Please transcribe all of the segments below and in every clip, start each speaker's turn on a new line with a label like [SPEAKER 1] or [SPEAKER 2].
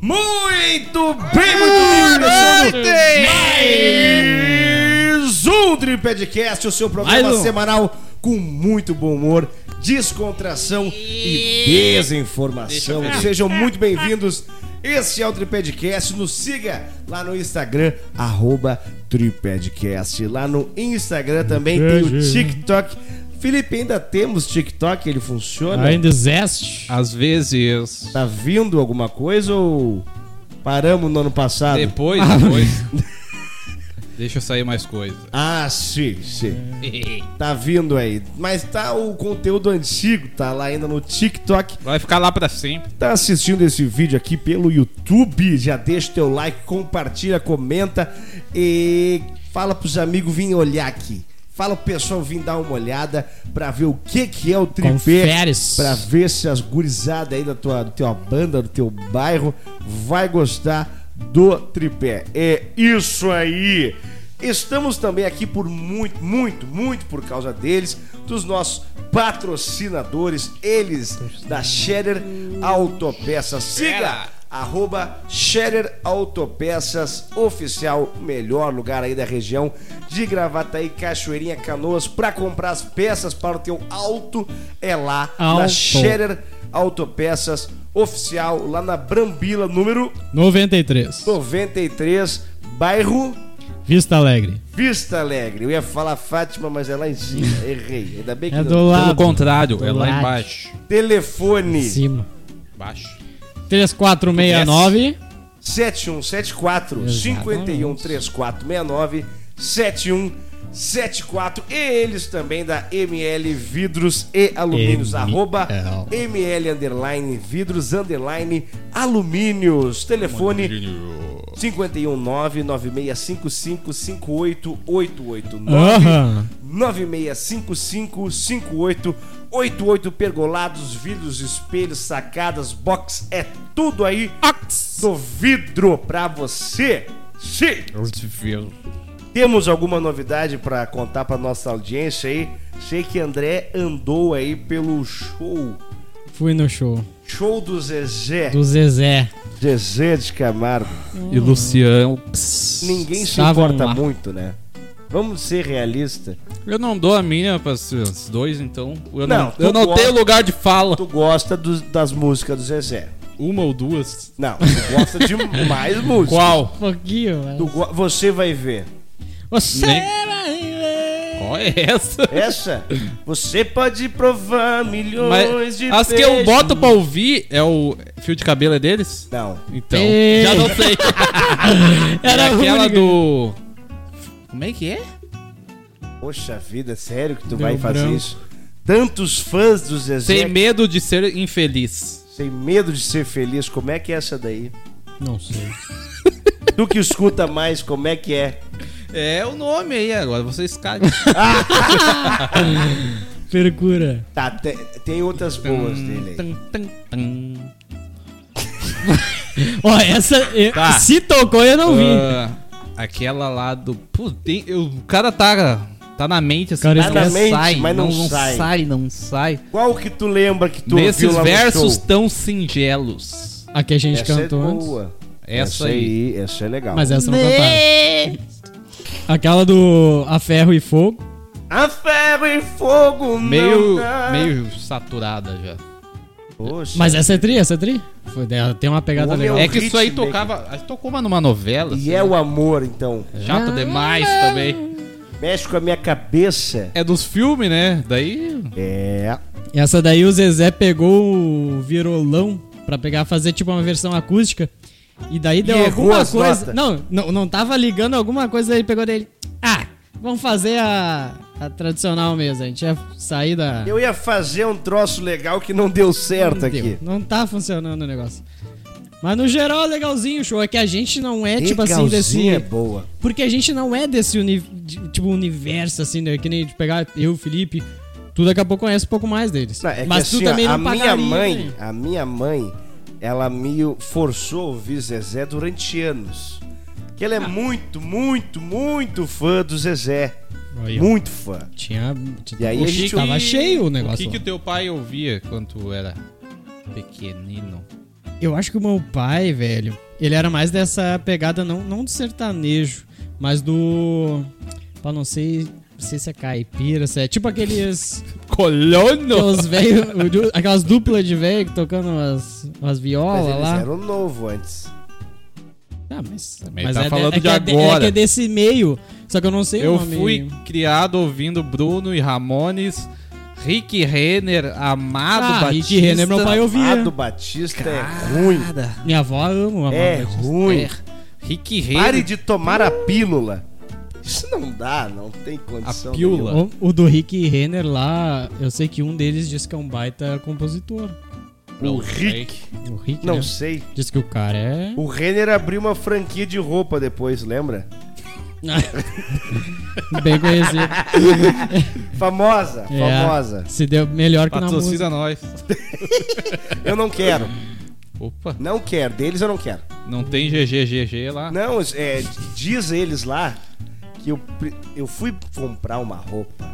[SPEAKER 1] Muito bem, muito bem, começando mais um Tripedcast, o seu programa
[SPEAKER 2] Mais um.
[SPEAKER 1] semanal com muito bom humor, descontração e desinformação. Sejam muito bem-vindos. Esse é o Tripedcast. Nos siga lá no Instagram, arroba Tripedcast. Lá no Instagram também tem o TikTok. Felipe, ainda temos TikTok? Ele funciona?
[SPEAKER 2] Ainda existe.
[SPEAKER 3] Às vezes.
[SPEAKER 1] Tá vindo alguma coisa ou paramos no ano passado?
[SPEAKER 3] Depois,
[SPEAKER 2] Ah,
[SPEAKER 3] depois. Deixa eu sair mais coisa.
[SPEAKER 1] Ah, sim, sim. Tá vindo aí. Mas tá o conteúdo antigo, tá lá ainda no TikTok.
[SPEAKER 3] Vai ficar lá pra sempre.
[SPEAKER 1] Tá assistindo esse vídeo aqui pelo YouTube? Já deixa o teu like, compartilha, comenta e fala pros amigos virem olhar aqui. Fala pro pessoal vir dar uma olhada pra ver o que que é o tripé.
[SPEAKER 2] Conferes.
[SPEAKER 1] Pra ver se as gurizadas aí da tua, da tua banda, do teu bairro, vai gostar do tripé. É isso aí! Estamos também aqui por muito, muito, muito por causa deles, dos nossos patrocinadores, eles da Scherer Autopeças. Siga!
[SPEAKER 3] Fera!
[SPEAKER 1] Arroba Scherer Autopeças Oficial, melhor lugar aí da região de Gravataí, Cachoeirinha, Canoas, pra comprar as peças para o teu auto, é lá na
[SPEAKER 2] Auto.
[SPEAKER 1] Scherer Autopeças Oficial, lá na Brambila, número
[SPEAKER 2] 93.
[SPEAKER 1] 93, bairro
[SPEAKER 2] Vista Alegre.
[SPEAKER 1] Vista Alegre. Eu ia falar Fátima, mas é lá em cima, errei. Ainda bem que
[SPEAKER 2] É
[SPEAKER 1] não.
[SPEAKER 2] do lado.
[SPEAKER 3] Pelo contrário, é lá
[SPEAKER 2] lado.
[SPEAKER 3] embaixo.
[SPEAKER 2] Em
[SPEAKER 1] Telefone
[SPEAKER 2] cima.
[SPEAKER 3] Baixo.
[SPEAKER 2] 3469.
[SPEAKER 1] 7174 513469 7174 e eles também da ML Vidros e Alumínios,
[SPEAKER 2] ML.
[SPEAKER 1] arroba ML Underline Vidros Underline Alumínios, telefone 519 9655 58889
[SPEAKER 2] Aham.
[SPEAKER 1] 9655-5888 pergolados, vidros, espelhos, sacadas, box, é tudo aí do vidro pra você. Sim! Temos alguma novidade pra contar pra nossa audiência aí? Sei que André andou aí pelo show.
[SPEAKER 2] Fui no show
[SPEAKER 1] Show do Zezé.
[SPEAKER 2] do Zezé.
[SPEAKER 1] Zezé de Camargo.
[SPEAKER 3] E Luciano.
[SPEAKER 1] Ninguém se
[SPEAKER 2] Estavam
[SPEAKER 1] importa
[SPEAKER 2] lá.
[SPEAKER 1] muito, né? Vamos ser realistas.
[SPEAKER 3] Eu não dou a minha pra esses dois, então. Eu
[SPEAKER 1] Não,
[SPEAKER 3] não,
[SPEAKER 1] tu
[SPEAKER 3] eu não
[SPEAKER 1] gosta-
[SPEAKER 3] tenho lugar de fala.
[SPEAKER 1] Tu gosta dos- das músicas do Zezé.
[SPEAKER 3] Uma ou duas.
[SPEAKER 1] Não, tu gosta de mais músicas.
[SPEAKER 3] Qual?
[SPEAKER 2] Um Pouquinho,
[SPEAKER 1] Tu
[SPEAKER 2] velho.
[SPEAKER 1] go- Você vai ver.
[SPEAKER 2] Você
[SPEAKER 3] Nem-
[SPEAKER 2] vai ver.
[SPEAKER 3] Qual é essa?
[SPEAKER 1] Essa? Você pode provar milhões
[SPEAKER 3] Mas
[SPEAKER 1] de
[SPEAKER 3] as que eu
[SPEAKER 1] vezes.
[SPEAKER 3] boto pra ouvir é o fio de cabelo é deles?
[SPEAKER 1] Não.
[SPEAKER 3] Então,
[SPEAKER 2] Ei.
[SPEAKER 3] já não sei. Era
[SPEAKER 2] Era a
[SPEAKER 3] aquela
[SPEAKER 2] única.
[SPEAKER 3] do. Como é que é?
[SPEAKER 1] Poxa vida, sério que tu
[SPEAKER 2] Deu
[SPEAKER 1] vai fazer
[SPEAKER 2] branco.
[SPEAKER 1] isso? Tantos fãs do Zezé
[SPEAKER 3] um Sem medo de ser infeliz.
[SPEAKER 1] sem medo de ser feliz, como é que é essa daí?
[SPEAKER 2] Não sei.
[SPEAKER 1] Tu que escuta mais, como é que é?
[SPEAKER 3] É o nome aí, agora vocês cagam.
[SPEAKER 2] Percura.
[SPEAKER 1] Tá, te- tem outras boas
[SPEAKER 3] Hum.
[SPEAKER 1] dele aí.
[SPEAKER 2] Ó, essa. eu-
[SPEAKER 3] Tá.
[SPEAKER 2] Se tocou, eu não vi.
[SPEAKER 3] Ah, aquela lá do. Pô, tem- eu- o cara tá, tá na mente assim,
[SPEAKER 2] Cara,
[SPEAKER 3] mas
[SPEAKER 2] tá
[SPEAKER 3] não
[SPEAKER 1] na mente,
[SPEAKER 3] sai,
[SPEAKER 1] mas não sai.
[SPEAKER 3] não sai.
[SPEAKER 1] Qual que tu lembra que tu
[SPEAKER 3] Nesses
[SPEAKER 1] ouviu lá no
[SPEAKER 3] versos
[SPEAKER 1] show?
[SPEAKER 3] tão singelos.
[SPEAKER 2] A que a gente
[SPEAKER 1] Essa é
[SPEAKER 2] cantou antes.
[SPEAKER 1] boa.
[SPEAKER 3] Essa aí.
[SPEAKER 1] essa é legal.
[SPEAKER 2] Mas essa não cantaram. Aquela do A Ferro e Fogo.
[SPEAKER 1] A ferro e fogo
[SPEAKER 3] Meio,
[SPEAKER 1] não dá.
[SPEAKER 3] meio saturada já.
[SPEAKER 1] Poxa.
[SPEAKER 2] Mas essa é tri, essa é tri. Foi dela, tem uma pegada
[SPEAKER 1] Ô, meu,
[SPEAKER 2] legal.
[SPEAKER 3] É que isso aí
[SPEAKER 1] Hitmaker.
[SPEAKER 3] tocava. aí Tocou uma numa novela.
[SPEAKER 1] né? E é o amor, então.
[SPEAKER 3] Chata demais também.
[SPEAKER 1] Mexe com a minha cabeça.
[SPEAKER 3] É dos filmes, né? Daí.
[SPEAKER 1] É.
[SPEAKER 2] Essa daí o Zezé pegou o virolão pra pegar, fazer tipo uma versão acústica. E daí deu
[SPEAKER 1] errou
[SPEAKER 2] alguma
[SPEAKER 1] as notas.
[SPEAKER 2] coisa. Não, não, não tava ligando alguma coisa, ele pegou dele. Ah, vamos fazer a, a tradicional mesmo. A gente ia sair da.
[SPEAKER 1] Eu ia fazer um troço legal que não deu certo
[SPEAKER 2] Não deu,
[SPEAKER 1] aqui.
[SPEAKER 2] Não tá funcionando o negócio. Mas no geral é legalzinho o show. É que a gente não é tipo assim
[SPEAKER 1] Legalzinha
[SPEAKER 2] desse.
[SPEAKER 1] é boa.
[SPEAKER 2] Porque a gente não é desse uni de- tipo, universo, assim, né? Que nem de pegar eu, Felipe, tu daqui a pouco conhece um pouco mais deles.
[SPEAKER 1] Não, é que
[SPEAKER 2] Mas tu
[SPEAKER 1] assim, ó,
[SPEAKER 2] também não
[SPEAKER 1] a minha
[SPEAKER 2] pagaria,
[SPEAKER 1] mãe,
[SPEAKER 2] né?
[SPEAKER 1] a minha mãe, ela me forçou a ouvir Zezé durante anos. Que
[SPEAKER 2] Ah.
[SPEAKER 1] ela é muito, muito, muito fã do Zezé.
[SPEAKER 2] Aí, ó.
[SPEAKER 1] Muito fã.
[SPEAKER 2] Tinha. tipo,
[SPEAKER 1] E aí
[SPEAKER 2] o
[SPEAKER 1] a gente-
[SPEAKER 2] Chico tava cheio o negócio.
[SPEAKER 3] O que, que
[SPEAKER 2] lá.
[SPEAKER 3] o teu pai ouvia quando tu era pequenino?
[SPEAKER 2] Eu acho que o meu pai, velho, ele era mais dessa pegada, não, não do sertanejo, mas do. Pá, não sei. Não sei se é caipira, se é. Tipo aqueles.
[SPEAKER 3] Colono!
[SPEAKER 2] aqueles velho, o du- aquelas duplas de velho que tocando umas, umas
[SPEAKER 1] Mas
[SPEAKER 2] violas
[SPEAKER 1] eles
[SPEAKER 2] lá.
[SPEAKER 1] eram novo antes.
[SPEAKER 2] Ah, mas.
[SPEAKER 3] Também
[SPEAKER 2] mas
[SPEAKER 3] tá
[SPEAKER 2] é
[SPEAKER 3] falando
[SPEAKER 2] é
[SPEAKER 3] de
[SPEAKER 2] que é É, que
[SPEAKER 3] agora.
[SPEAKER 2] é desse meio. Só que eu não sei o
[SPEAKER 1] um
[SPEAKER 3] Eu
[SPEAKER 2] nome.
[SPEAKER 3] fui criado ouvindo Bruno e Ramones, Rick Renner, Amado
[SPEAKER 2] Ah,
[SPEAKER 3] Batista.
[SPEAKER 2] Rick Renner, meu pai ouvia.
[SPEAKER 1] Amado Batista é ruim.
[SPEAKER 2] Minha avó ama a
[SPEAKER 1] É ruim.
[SPEAKER 3] Rick
[SPEAKER 1] Pare
[SPEAKER 3] Renner.
[SPEAKER 1] de tomar a pílula. Isso não dá, não tem condição.
[SPEAKER 3] A pílula.
[SPEAKER 1] nenhuma.
[SPEAKER 2] O, o do Rick Renner lá, eu sei que um deles diz que é um baita compositor.
[SPEAKER 1] O Rick.
[SPEAKER 2] O Rick,
[SPEAKER 1] Não
[SPEAKER 2] né?
[SPEAKER 1] sei.
[SPEAKER 2] Diz que o cara é.
[SPEAKER 1] O Renner abriu uma franquia de roupa depois, lembra?
[SPEAKER 2] Bem conhecido.
[SPEAKER 1] Famosa,
[SPEAKER 2] É,
[SPEAKER 1] famosa.
[SPEAKER 2] Se deu melhor que na música.
[SPEAKER 3] Patrocina nós.
[SPEAKER 1] Eu não quero.
[SPEAKER 3] Opa,
[SPEAKER 1] Não quero. Deles eu não quero.
[SPEAKER 3] não tem GGGG lá?
[SPEAKER 1] Não, é, diz eles lá que eu, pre- eu fui comprar uma roupa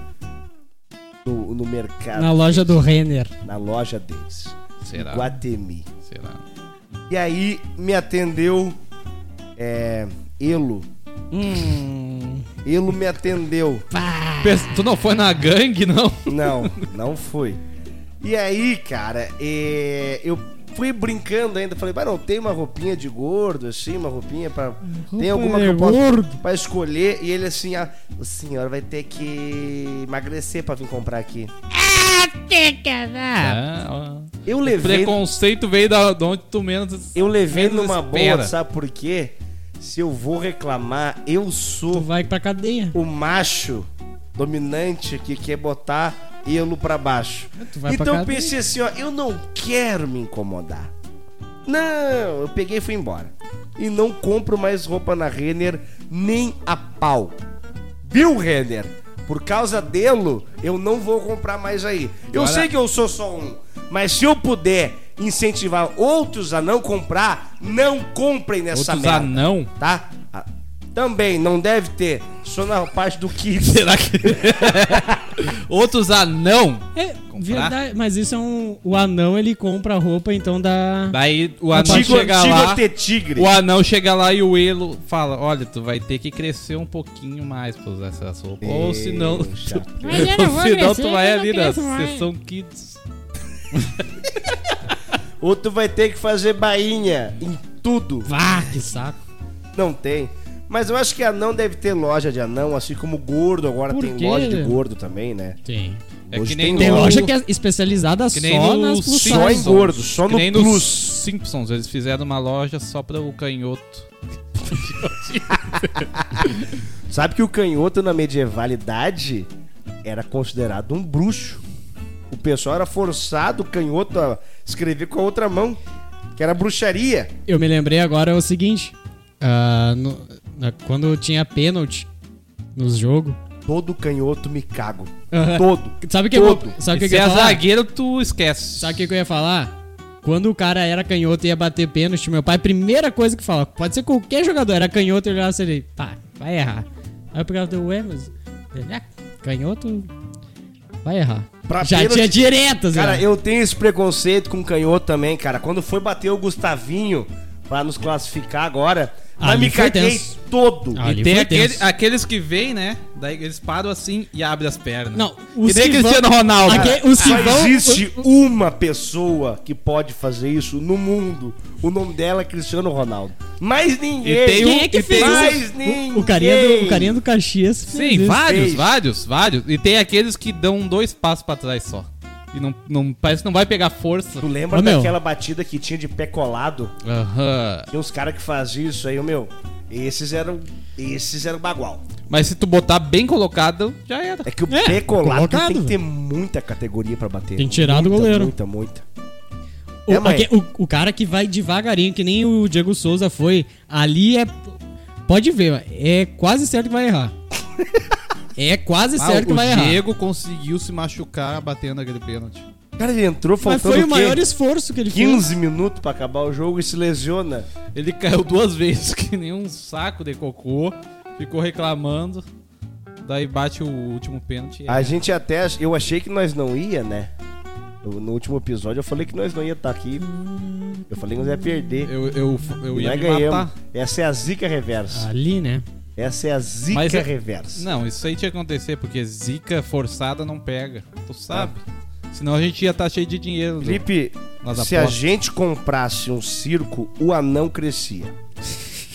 [SPEAKER 1] no, no mercado.
[SPEAKER 2] Na loja do Renner.
[SPEAKER 1] Na loja deles.
[SPEAKER 3] Será?
[SPEAKER 1] Guatemi.
[SPEAKER 3] Será?
[SPEAKER 1] E aí me atendeu é, Elo.
[SPEAKER 2] Hum.
[SPEAKER 1] Elo me atendeu.
[SPEAKER 2] Pá.
[SPEAKER 3] Pes- Tu não foi na gangue, não?
[SPEAKER 1] Não, não foi. E aí, cara, é, eu fui brincando ainda. Falei, mas não tem uma roupinha de gordo, assim, uma roupinha pra. tem alguma
[SPEAKER 2] de
[SPEAKER 1] que eu posso,
[SPEAKER 2] gordo?
[SPEAKER 1] pra escolher? E ele assim, ah, o senhor vai ter que emagrecer pra vir comprar aqui.
[SPEAKER 3] Ah, ó.
[SPEAKER 1] Eu levei.
[SPEAKER 3] Preconceito veio da, de onde tu menos.
[SPEAKER 1] Eu levei
[SPEAKER 3] menos
[SPEAKER 1] numa boa,
[SPEAKER 3] espera.
[SPEAKER 1] sabe por quê? Se eu vou reclamar, eu
[SPEAKER 2] Tu
[SPEAKER 1] sou
[SPEAKER 2] vai pra cadeia.
[SPEAKER 1] o macho dominante que quer botar elo pra baixo.
[SPEAKER 2] Tu vai pra
[SPEAKER 1] então eu
[SPEAKER 2] cadeia.
[SPEAKER 1] pensei assim, ó, eu não quero me incomodar. Não, eu peguei e fui embora. E não compro mais roupa na Renner nem a pau. Viu, Renner? Por causa dele, eu não vou comprar mais aí. Eu
[SPEAKER 3] Agora-
[SPEAKER 1] sei que eu sou só um, mas se eu puder incentivar outros a não comprar, não comprem nessa
[SPEAKER 3] Outros
[SPEAKER 1] merda
[SPEAKER 3] anão.
[SPEAKER 1] tá? Ah, Também não deve ter. Só na parte do Kids.
[SPEAKER 3] Será que. Outros anão.
[SPEAKER 2] É, verdade, mas isso é um. O anão ele compra a roupa, então dá.
[SPEAKER 3] Daí o anão
[SPEAKER 1] Antigo,
[SPEAKER 3] chega
[SPEAKER 1] antigo é
[SPEAKER 3] lá.
[SPEAKER 1] ter tigre.
[SPEAKER 3] O anão chega lá e o Elo fala: Olha, tu vai ter que crescer um pouquinho mais pra usar essas roupas. Ou senão.
[SPEAKER 1] Deixa.
[SPEAKER 4] Mas eu não
[SPEAKER 3] Ou
[SPEAKER 4] vou
[SPEAKER 3] senão
[SPEAKER 4] crescer,
[SPEAKER 3] tu vai
[SPEAKER 4] eu não
[SPEAKER 3] ali na
[SPEAKER 4] cresço mais.
[SPEAKER 3] sessão kids.
[SPEAKER 1] Ou tu vai ter que fazer bainha em tudo.
[SPEAKER 2] Vá, que saco.
[SPEAKER 1] Não tem. Mas eu acho que anão deve ter loja de anão, assim como gordo. Agora
[SPEAKER 2] Por
[SPEAKER 1] tem
[SPEAKER 2] quê?
[SPEAKER 1] loja de gordo também, né?
[SPEAKER 2] Tem.
[SPEAKER 3] É
[SPEAKER 1] Hoje
[SPEAKER 3] que
[SPEAKER 1] tem
[SPEAKER 3] nem
[SPEAKER 1] Tem
[SPEAKER 2] Tem
[SPEAKER 3] no-
[SPEAKER 2] loja que é especializada
[SPEAKER 3] que
[SPEAKER 2] só
[SPEAKER 3] nem no
[SPEAKER 2] nas plus
[SPEAKER 3] Sim-
[SPEAKER 1] Só
[SPEAKER 2] size.
[SPEAKER 1] em gordo, só
[SPEAKER 3] que
[SPEAKER 1] no
[SPEAKER 3] nem nos
[SPEAKER 1] plus.
[SPEAKER 3] Simpsons, eles fizeram uma loja só pra o canhoto.
[SPEAKER 1] Sabe que o canhoto na medievalidade era considerado um bruxo. O pessoal era forçado o canhoto a escrever com a outra mão, que era bruxaria.
[SPEAKER 2] Eu me lembrei agora o seguinte: ah, no- na- quando tinha pênalti nos jogos.
[SPEAKER 1] Todo canhoto me cago.
[SPEAKER 2] Aham.
[SPEAKER 1] Todo.
[SPEAKER 2] Sabe o que eu,
[SPEAKER 1] Todo.
[SPEAKER 2] sabe o que
[SPEAKER 3] E
[SPEAKER 2] eu
[SPEAKER 3] se
[SPEAKER 2] ia
[SPEAKER 3] é
[SPEAKER 2] falar?
[SPEAKER 3] zagueiro, tu esquece.
[SPEAKER 2] Sabe o que que eu ia falar? Quando o cara era canhoto e ia bater pênalti, meu pai, a primeira coisa que falava, pode ser qualquer jogador, era canhoto e olhava assim, ele, pá, vai errar. Aí eu pegava e ué, mas. ele, ah, canhoto. Vai errar.
[SPEAKER 1] Pra
[SPEAKER 2] Já
[SPEAKER 1] pênalti-
[SPEAKER 2] tinha diretas, né?
[SPEAKER 1] Cara,
[SPEAKER 2] cara.
[SPEAKER 1] eu tenho esse preconceito com canhoto também, cara. Quando foi bater o Gustavinho pra nos classificar agora, mas
[SPEAKER 2] Ah, Ali
[SPEAKER 1] me
[SPEAKER 2] foi
[SPEAKER 1] caguei
[SPEAKER 2] tenso.
[SPEAKER 1] todo.
[SPEAKER 2] Ah, Ali
[SPEAKER 3] E tem
[SPEAKER 2] foi
[SPEAKER 3] aquele-
[SPEAKER 2] tenso.
[SPEAKER 3] aqueles que vêm, né? Daí eles param assim e abrem as pernas.
[SPEAKER 2] Não, o
[SPEAKER 3] que nem
[SPEAKER 2] Silvão-
[SPEAKER 3] Cristiano Ronaldo.
[SPEAKER 2] Aque- o
[SPEAKER 1] Só
[SPEAKER 2] Silvão.
[SPEAKER 1] existe uma pessoa que pode fazer isso no mundo. O nome dela é Cristiano Ronaldo. Mais ninguém.
[SPEAKER 3] E tem
[SPEAKER 2] Quem
[SPEAKER 3] um-
[SPEAKER 2] é que
[SPEAKER 3] e
[SPEAKER 2] fez
[SPEAKER 3] tem um-
[SPEAKER 1] Mais
[SPEAKER 2] isso? O, o,
[SPEAKER 1] ninguém.
[SPEAKER 2] carinha do, o carinha do Caxias. fez
[SPEAKER 3] Sim,
[SPEAKER 2] isso.
[SPEAKER 3] vários,
[SPEAKER 1] Fez.
[SPEAKER 3] vários, vários. E tem aqueles que dão dois passos pra trás só. E não, não parece que não vai pegar força.
[SPEAKER 1] Tu lembra
[SPEAKER 2] Ô, meu.
[SPEAKER 1] daquela batida que tinha de pé colado?
[SPEAKER 3] Aham.
[SPEAKER 1] Tinha uns caras que faziam isso aí, ô, meu. Esses eram. Esses eram bagual.
[SPEAKER 3] Mas se tu botar bem colocado, já era.
[SPEAKER 1] É que o
[SPEAKER 2] É,
[SPEAKER 1] pé colado
[SPEAKER 2] colocado,
[SPEAKER 1] tem que ter muita categoria pra bater.
[SPEAKER 2] Tem que tirar do
[SPEAKER 1] Muita,
[SPEAKER 2] goleiro.
[SPEAKER 1] Muita, muita.
[SPEAKER 2] O,
[SPEAKER 1] É, mãe.
[SPEAKER 2] aque- o- o cara que vai devagarinho, que nem o Diego Souza foi, ali é. Pode ver, é quase certo que vai errar. É quase
[SPEAKER 3] Ah,
[SPEAKER 2] certo que
[SPEAKER 3] o
[SPEAKER 2] vai errar.
[SPEAKER 3] Diego conseguiu se machucar batendo aquele pênalti.
[SPEAKER 1] Cara, ele entrou
[SPEAKER 2] Mas
[SPEAKER 1] faltando
[SPEAKER 2] foi
[SPEAKER 1] o
[SPEAKER 2] o
[SPEAKER 1] quê?
[SPEAKER 2] maior esforço que ele
[SPEAKER 1] 15 minutos pra acabar o jogo e se lesiona.
[SPEAKER 3] Ele caiu duas vezes que nem um saco de cocô. Ficou reclamando. Daí bate o último pênalti. e
[SPEAKER 1] A
[SPEAKER 3] erra.
[SPEAKER 1] gente até. ach- Eu achei que nós não ia, né? Eu- no último episódio eu falei que nós não ia estar aqui. Eu falei que nós ia perder.
[SPEAKER 3] Eu, eu, eu
[SPEAKER 1] E
[SPEAKER 3] ia
[SPEAKER 1] nós
[SPEAKER 3] me
[SPEAKER 1] ganhamos.
[SPEAKER 3] matar.
[SPEAKER 1] Essa é a zica reversa.
[SPEAKER 2] Ali, né?
[SPEAKER 1] Essa é a zica
[SPEAKER 3] Mas é-
[SPEAKER 1] reversa.
[SPEAKER 3] Não, isso aí tinha que acontecer, porque zica forçada não pega. Tu sabe.
[SPEAKER 2] É.
[SPEAKER 3] Senão a gente ia estar cheio de dinheiro. né?
[SPEAKER 1] Felipe,
[SPEAKER 3] Nós
[SPEAKER 1] se
[SPEAKER 3] aposta.
[SPEAKER 1] a gente comprasse um circo, o anão crescia.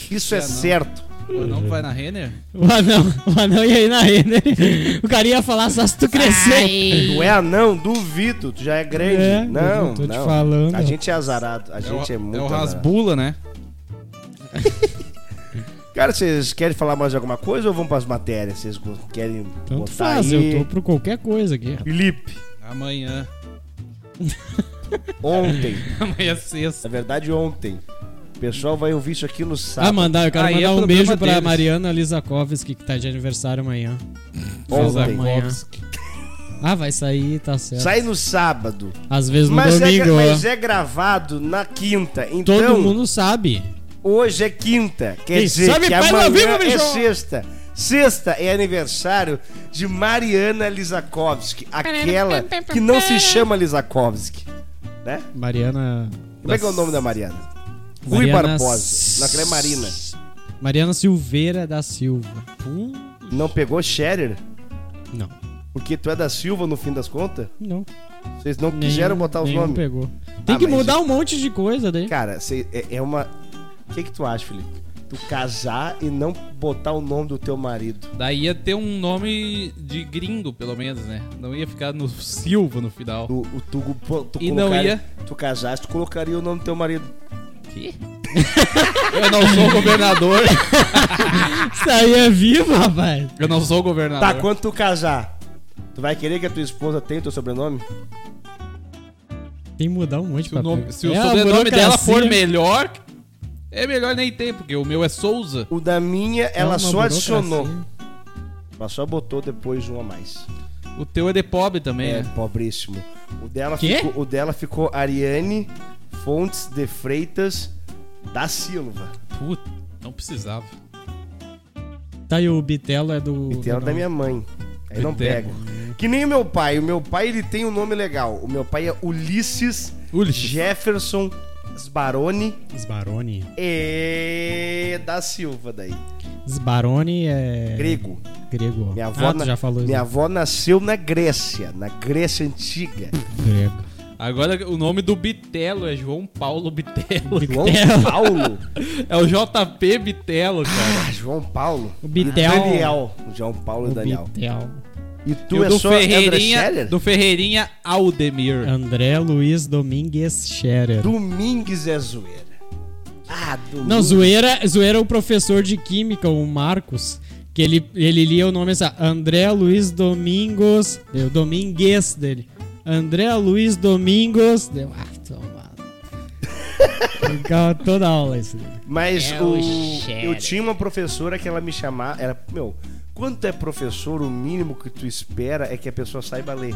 [SPEAKER 1] Isso é
[SPEAKER 3] anão.
[SPEAKER 1] certo.
[SPEAKER 3] Ou
[SPEAKER 1] Uhum.
[SPEAKER 3] Não vai na Renner?
[SPEAKER 2] O anão, o anão ia ir na renda. O cara ia falar só se tu crescer.
[SPEAKER 1] Tu é anão, duvido. Tu já é grande.
[SPEAKER 2] É,
[SPEAKER 1] não,
[SPEAKER 2] eu tô te
[SPEAKER 1] não.
[SPEAKER 2] falando.
[SPEAKER 1] A gente é azarado. A gente é,
[SPEAKER 3] o,
[SPEAKER 1] muito
[SPEAKER 3] é o
[SPEAKER 1] azarado.
[SPEAKER 3] Rasbula, né?
[SPEAKER 1] Cara, vocês querem falar mais alguma coisa ou vão pras matérias? Vocês go- querem
[SPEAKER 2] Tanto
[SPEAKER 1] botar
[SPEAKER 2] Então faz,
[SPEAKER 1] aí?
[SPEAKER 2] eu tô por qualquer coisa aqui.
[SPEAKER 1] Felipe,
[SPEAKER 2] É.
[SPEAKER 3] Amanhã.
[SPEAKER 1] ontem,
[SPEAKER 3] Amanhã é
[SPEAKER 1] na
[SPEAKER 3] sexta.
[SPEAKER 1] verdade ontem, o pessoal vai ouvir isso aqui no
[SPEAKER 2] Ah,
[SPEAKER 1] sábado.
[SPEAKER 2] mandar, eu quero
[SPEAKER 3] Aí é
[SPEAKER 2] mandar um
[SPEAKER 3] problema
[SPEAKER 2] beijo pra
[SPEAKER 3] deles.
[SPEAKER 2] Mariana Lizakovski, que tá de aniversário amanhã.
[SPEAKER 1] ontem.
[SPEAKER 2] amanhã. Ah, vai sair, tá certo.
[SPEAKER 1] Sai no sábado.
[SPEAKER 2] Às vezes no
[SPEAKER 1] Mas é, gra-
[SPEAKER 2] domingo, ó.
[SPEAKER 1] mas é gravado na quinta. Então,
[SPEAKER 2] Todo mundo sabe.
[SPEAKER 1] hoje é quinta. Quer
[SPEAKER 2] Quem
[SPEAKER 1] dizer
[SPEAKER 2] sabe
[SPEAKER 1] que
[SPEAKER 2] faz ao
[SPEAKER 1] amanhã
[SPEAKER 2] vivo,
[SPEAKER 1] é
[SPEAKER 2] bicho!
[SPEAKER 1] sexta. Sexta é aniversário de Mariana Lizakovski, aquela que não se chama Lizakovski, né?
[SPEAKER 2] Mariana.
[SPEAKER 1] Como é que é o nome da Mariana? Rui
[SPEAKER 2] Mariana
[SPEAKER 1] Barbosa.
[SPEAKER 2] S-
[SPEAKER 1] Naquela é Marina.
[SPEAKER 2] Mariana Silveira da Silva.
[SPEAKER 1] Não pegou Scherer?
[SPEAKER 2] Não.
[SPEAKER 1] Porque tu é da Silva no fim das contas?
[SPEAKER 2] Não.
[SPEAKER 1] Vocês não
[SPEAKER 2] Nenhum-
[SPEAKER 1] quiseram botar os
[SPEAKER 2] nenhum
[SPEAKER 1] nomes?
[SPEAKER 2] pegou. Tem
[SPEAKER 1] Ah,
[SPEAKER 2] que
[SPEAKER 1] mas-
[SPEAKER 2] mudar um monte de coisa daí.
[SPEAKER 1] Cara, cê- é, é uma. O que, que tu acha, Felipe? Tu casar e não botar o nome do teu marido.
[SPEAKER 3] Daí ia ter um nome de gringo, pelo menos, né? Não ia ficar no Silva no final.
[SPEAKER 1] Tu, o, tu, pô, tu
[SPEAKER 3] E não
[SPEAKER 1] colocaria-
[SPEAKER 3] ia?
[SPEAKER 1] Tu casaste, tu colocaria o nome do teu marido.
[SPEAKER 3] Que? Eu não sou governador.
[SPEAKER 2] Isso aí é vivo, rapaz.
[SPEAKER 3] Eu não sou
[SPEAKER 1] Tá,
[SPEAKER 3] governador.
[SPEAKER 1] quando tu casar, tu vai querer que a tua esposa tenha o teu sobrenome?
[SPEAKER 2] Tem que mudar um monte de
[SPEAKER 3] Se o,
[SPEAKER 2] papel.
[SPEAKER 3] nome- se o
[SPEAKER 2] É a
[SPEAKER 3] sobrenome dela for
[SPEAKER 2] burocracia.
[SPEAKER 3] melhor, é melhor nem ter, porque o meu é Souza.
[SPEAKER 1] O da minha,
[SPEAKER 2] É
[SPEAKER 1] ela
[SPEAKER 2] uma
[SPEAKER 1] só adicionou.
[SPEAKER 3] assim.
[SPEAKER 2] burocracia.
[SPEAKER 1] Ela só botou depois um a mais.
[SPEAKER 3] O teu é de pobre também,
[SPEAKER 1] É,
[SPEAKER 3] né?
[SPEAKER 1] pobríssimo. O dela,
[SPEAKER 2] Quê?
[SPEAKER 1] ficou, o dela ficou Ariane Fontes de Freitas da Silva.
[SPEAKER 3] Puta, não precisava.
[SPEAKER 2] Tá, e o Bitelo é do.
[SPEAKER 1] E tem ela
[SPEAKER 2] do-
[SPEAKER 1] da minha mãe. Aí não pega.
[SPEAKER 3] Piteco.
[SPEAKER 1] Que nem o meu pai. O meu pai, ele tem um nome legal. O meu pai é Ulisses
[SPEAKER 3] Ulisses.
[SPEAKER 1] Jefferson Sbaroni
[SPEAKER 2] Sbaroni.
[SPEAKER 1] e da Silva daí.
[SPEAKER 2] Sbaroni é.
[SPEAKER 1] Grego.
[SPEAKER 2] Grego.
[SPEAKER 1] Minha avó,
[SPEAKER 2] ah, tu
[SPEAKER 1] na-
[SPEAKER 2] já falou
[SPEAKER 1] minha
[SPEAKER 2] isso.
[SPEAKER 1] avó nasceu na Grécia, na Grécia antiga.
[SPEAKER 2] Grego.
[SPEAKER 3] Agora o nome do Bitelo é João Paulo Bitelo.
[SPEAKER 1] João
[SPEAKER 2] Bitelo.
[SPEAKER 1] Paulo.
[SPEAKER 3] É o JP Bitelo, cara.
[SPEAKER 1] Ah, João Paulo.
[SPEAKER 2] O Bitel.
[SPEAKER 1] E Daniel. João Paulo e
[SPEAKER 2] O
[SPEAKER 1] Daniel.
[SPEAKER 2] Bitel.
[SPEAKER 1] E
[SPEAKER 3] E
[SPEAKER 1] tu
[SPEAKER 3] o
[SPEAKER 1] é
[SPEAKER 3] do
[SPEAKER 1] só É.
[SPEAKER 3] Ferreirinha,
[SPEAKER 1] Ferreirinha
[SPEAKER 3] do Ferreirinha Aldemir.
[SPEAKER 2] André Luiz Domingues Scherer.
[SPEAKER 1] Domingues é zoeira. Ah, Domingues.
[SPEAKER 2] Não, zoeira, zoeira é o professor de química, o Marcos, que ele, ele lia o nome assim, André Luiz Domingos, deu Domingues dele. André Luiz Domingos, deu, ah, tomado. Ficava toda aula isso. daí.
[SPEAKER 1] Mas
[SPEAKER 2] É
[SPEAKER 1] o,
[SPEAKER 2] o
[SPEAKER 1] eu
[SPEAKER 2] Scherer.
[SPEAKER 1] tinha uma professora que ela me chamava. Era, meu, quando tu é professor, o mínimo que tu espera é que a pessoa saiba ler.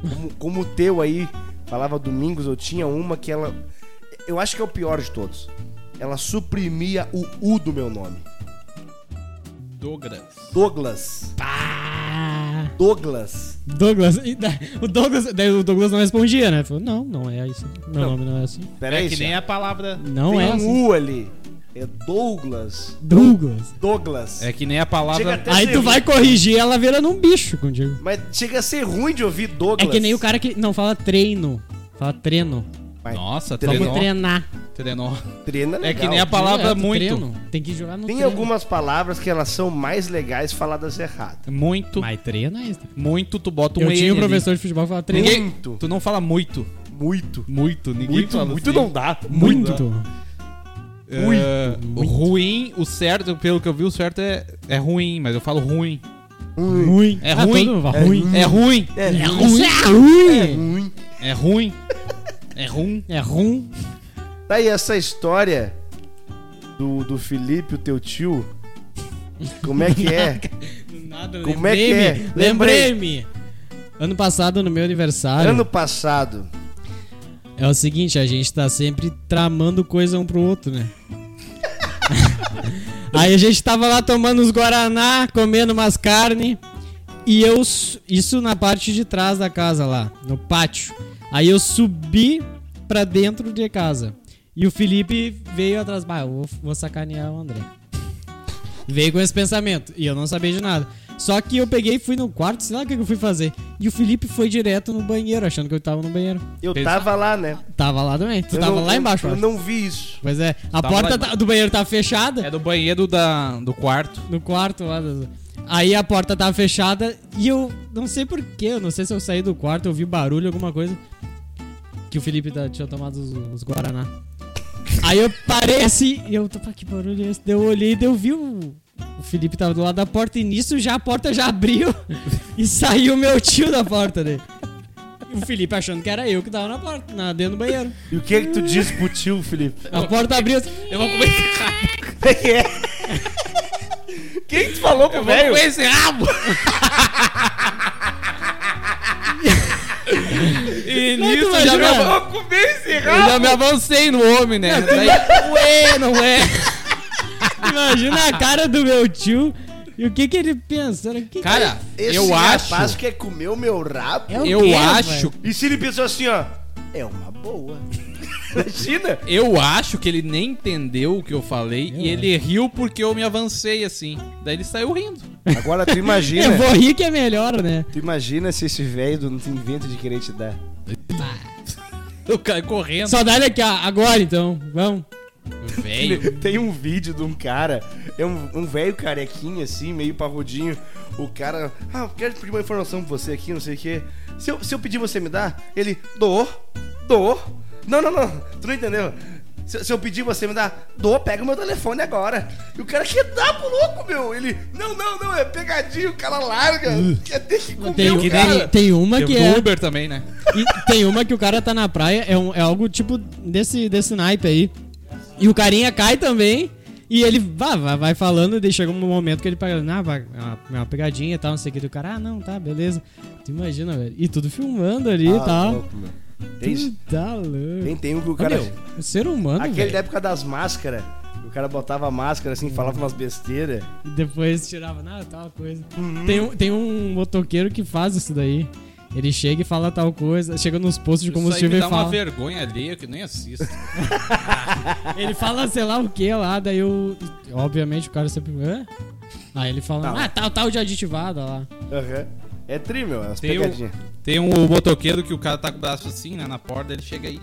[SPEAKER 1] Como, como o teu aí, falava domingos, eu tinha uma que ela. Eu acho que é o pior de todos. Ela suprimia o U do meu nome.
[SPEAKER 3] Douglas.
[SPEAKER 1] Douglas.
[SPEAKER 2] Pá!
[SPEAKER 1] Douglas.
[SPEAKER 2] Douglas, e da- o Douglas, daí o Douglas não respondia, né? Falou, não, não é isso. Meu
[SPEAKER 1] Não.
[SPEAKER 2] nome não é assim.
[SPEAKER 1] Pera aí,
[SPEAKER 3] é que nem
[SPEAKER 1] Thiago.
[SPEAKER 3] a palavra.
[SPEAKER 2] Não
[SPEAKER 1] Tem
[SPEAKER 2] é
[SPEAKER 1] um
[SPEAKER 2] assim.
[SPEAKER 1] U ali. É Douglas.
[SPEAKER 2] Douglas.
[SPEAKER 1] Douglas.
[SPEAKER 3] É que nem a
[SPEAKER 1] Chega
[SPEAKER 3] palavra.
[SPEAKER 1] até-
[SPEAKER 2] Aí tu vai corrigir, ela vira num bicho contigo.
[SPEAKER 1] Mas chega a ser ruim de ouvir
[SPEAKER 2] É
[SPEAKER 1] Douglas.
[SPEAKER 2] que nem o cara que não fala treino, fala treino.
[SPEAKER 1] Mas
[SPEAKER 3] Nossa,
[SPEAKER 2] Vamos
[SPEAKER 3] Trenó.
[SPEAKER 2] treinar.
[SPEAKER 3] Trenó.
[SPEAKER 1] treina
[SPEAKER 3] É que
[SPEAKER 1] legal.
[SPEAKER 3] nem a palavra
[SPEAKER 2] Direto,
[SPEAKER 3] muito.
[SPEAKER 2] treino. Tem que jogar no
[SPEAKER 1] Tem
[SPEAKER 2] treino.
[SPEAKER 1] algumas palavras que elas são mais legais faladas errado.
[SPEAKER 3] Muito.
[SPEAKER 2] Mas treino é isso.
[SPEAKER 3] Muito, tu bota um
[SPEAKER 2] Eu tinha um
[SPEAKER 3] N ali.
[SPEAKER 2] professor de futebol que falava treino.
[SPEAKER 3] Ninguém,
[SPEAKER 1] Muito.
[SPEAKER 3] Tu não fala muito.
[SPEAKER 1] Muito.
[SPEAKER 3] Muito. Ninguém
[SPEAKER 1] Muito,
[SPEAKER 3] fala
[SPEAKER 1] muito
[SPEAKER 3] assim.
[SPEAKER 1] não dá.
[SPEAKER 2] Muito.
[SPEAKER 3] É, o Ruim, o certo, pelo que eu vi, o certo é, é ruim, mas eu falo ruim.
[SPEAKER 2] Ruim.
[SPEAKER 3] É
[SPEAKER 2] Ah,
[SPEAKER 3] ruim.
[SPEAKER 2] todo mundo fala ruim.
[SPEAKER 3] É ruim.
[SPEAKER 1] É
[SPEAKER 2] É
[SPEAKER 1] ruim.
[SPEAKER 2] ruim. É ruim.
[SPEAKER 1] ruim.
[SPEAKER 3] É ruim. É ruim.
[SPEAKER 2] É ruim.
[SPEAKER 1] Daí Tá essa história do, do Felipe, o teu tio. Como é que é?
[SPEAKER 2] Nada,
[SPEAKER 1] Como é que é?
[SPEAKER 2] lembrei-me, Lembrei-me. Ano passado, no meu aniversário,
[SPEAKER 1] Ano passado.
[SPEAKER 2] é o seguinte, a gente tá sempre tramando coisa um pro outro, né? Aí a gente tava lá tomando uns Guaraná, comendo umas carnes. E eu. Isso na parte de trás da casa lá, no pátio. Aí eu subi pra dentro de casa. E o Felipe veio atrás. Bah, eu vou, vou sacanear o André. Veio com esse pensamento. E eu não sabia de nada. Só que eu peguei e fui no quarto, sei lá o que que eu fui fazer. E o Felipe foi direto no banheiro, achando que eu tava no banheiro.
[SPEAKER 1] Eu
[SPEAKER 3] Pensa-
[SPEAKER 1] tava lá, né?
[SPEAKER 2] Tava lá também. Tu
[SPEAKER 1] Eu
[SPEAKER 2] tava
[SPEAKER 1] não-
[SPEAKER 2] lá embaixo, eu
[SPEAKER 1] Eu
[SPEAKER 2] acho.
[SPEAKER 1] não vi isso.
[SPEAKER 2] Pois é, a
[SPEAKER 3] Tava lá
[SPEAKER 2] porta
[SPEAKER 3] embaixo.
[SPEAKER 2] tá- do banheiro tava fechada.
[SPEAKER 3] É do banheiro da, do quarto.
[SPEAKER 2] No quarto lá. das- Aí a porta tava fechada e eu não sei porquê, eu não sei se eu saí do quarto, eu vi barulho, alguma coisa. Que o Felipe tá- tinha tomado os, os Guaraná. Aí eu parei assim e eu, "Pá, que barulho é esse? Daí eu olhei e daí eu vi o, o Felipe tava do lado da porta e nisso já a porta já abriu e saiu meu tio da porta dele. O Felipe achando que era eu que tava na porta, na, dentro do banheiro.
[SPEAKER 1] E o que é que tu diz pro tio, Felipe?
[SPEAKER 2] A porta abriu. assim,
[SPEAKER 3] Eu vou comer esse rabo.
[SPEAKER 1] Quem que tu falou pro
[SPEAKER 3] Eu vou
[SPEAKER 1] velho?
[SPEAKER 3] comer esse rabo. e
[SPEAKER 2] Mas tu
[SPEAKER 3] nisso eu já me,
[SPEAKER 2] imagina-
[SPEAKER 3] avan-
[SPEAKER 1] Vou comer esse
[SPEAKER 3] eu já me avancei no homem, né? Daí, ué, não é.
[SPEAKER 2] Imagina a cara do meu tio e o que que ele pensa? O que que
[SPEAKER 3] Cara,
[SPEAKER 1] Esse
[SPEAKER 3] eu acho.
[SPEAKER 1] rapaz quer comer o meu rabo?
[SPEAKER 2] É o
[SPEAKER 3] Eu
[SPEAKER 2] quê,
[SPEAKER 3] acho.
[SPEAKER 2] velho?
[SPEAKER 1] E se ele pensou assim, ó, é uma boa. Imagina.
[SPEAKER 3] Eu acho que ele nem entendeu o que eu falei
[SPEAKER 2] Eu
[SPEAKER 3] e ele riu porque eu me avancei assim. Daí ele saiu rindo.
[SPEAKER 1] Agora tu imagina.
[SPEAKER 2] Eu vou rir que é melhor, né?
[SPEAKER 1] Tu imagina se esse velho não tem vento de querer te dar.
[SPEAKER 3] O cara correndo.
[SPEAKER 2] Só dá ele aqui, ó, agora então. Vamos. É
[SPEAKER 3] Velho.
[SPEAKER 1] Tem um vídeo de um cara, é um, um velho carequinho assim, meio parrudinho. O cara, ah, eu quero pedir uma informação pra você aqui, não sei o quê. Se eu, se eu pedir, você me dá? Ele, dou, dou. Não, não, não, tu não entendeu. Se, se eu pedir, você me dá? Dou, pega o meu telefone agora. E o cara quer dar pro louco, meu. Ele, não, não, não, é pegadinha, o cara larga. Quer ter que comer
[SPEAKER 2] Tem,
[SPEAKER 1] o
[SPEAKER 2] tem-
[SPEAKER 1] cara.
[SPEAKER 2] tem uma
[SPEAKER 3] Tem
[SPEAKER 2] que
[SPEAKER 3] o do
[SPEAKER 2] é.
[SPEAKER 3] Uber também, né?
[SPEAKER 2] e tem uma que o cara tá na praia, é, um- é algo tipo desse, desse naipe aí. E o carinha cai também. E ele vá, vá- vai falando, e chega um momento que ele paga, ah, vai, é uma, é uma pegadinha e tal, não sei o que. Do cara, ah, não, tá, beleza. Tu imagina, velho. E tudo filmando ali e
[SPEAKER 3] Tá
[SPEAKER 1] Ah,
[SPEAKER 2] tal.
[SPEAKER 1] louco, meu.
[SPEAKER 3] é
[SPEAKER 1] Tem,
[SPEAKER 2] Tu tá louco.
[SPEAKER 1] tem, tem um que o
[SPEAKER 2] Ô,
[SPEAKER 1] cara.
[SPEAKER 2] meu, o ser humano,
[SPEAKER 1] Aquele
[SPEAKER 2] velho.
[SPEAKER 1] da época das máscaras, o cara botava a máscara assim, falava umas besteiras.
[SPEAKER 2] E depois tirava, nada, tal coisa.
[SPEAKER 1] Uhum.
[SPEAKER 2] Tem, um, tem um motoqueiro que faz isso daí. Ele chega e fala tal coisa, chega nos postos de
[SPEAKER 3] Isso aí me
[SPEAKER 2] combustível e
[SPEAKER 3] dá uma
[SPEAKER 2] fala.
[SPEAKER 3] vergonha alheia que nem assisto.
[SPEAKER 2] Ele fala, sei lá o que lá, daí eu. Obviamente o cara sempre. Hã? Aí ele fala,
[SPEAKER 1] Tá.
[SPEAKER 2] ah, tal, tal de aditivada lá.
[SPEAKER 1] Aham. É tri, meu, as
[SPEAKER 3] Tem um-
[SPEAKER 1] pegadinhas.
[SPEAKER 3] Tem um motoqueiro que o cara tá com o braço assim, né? Na porta, ele chega aí.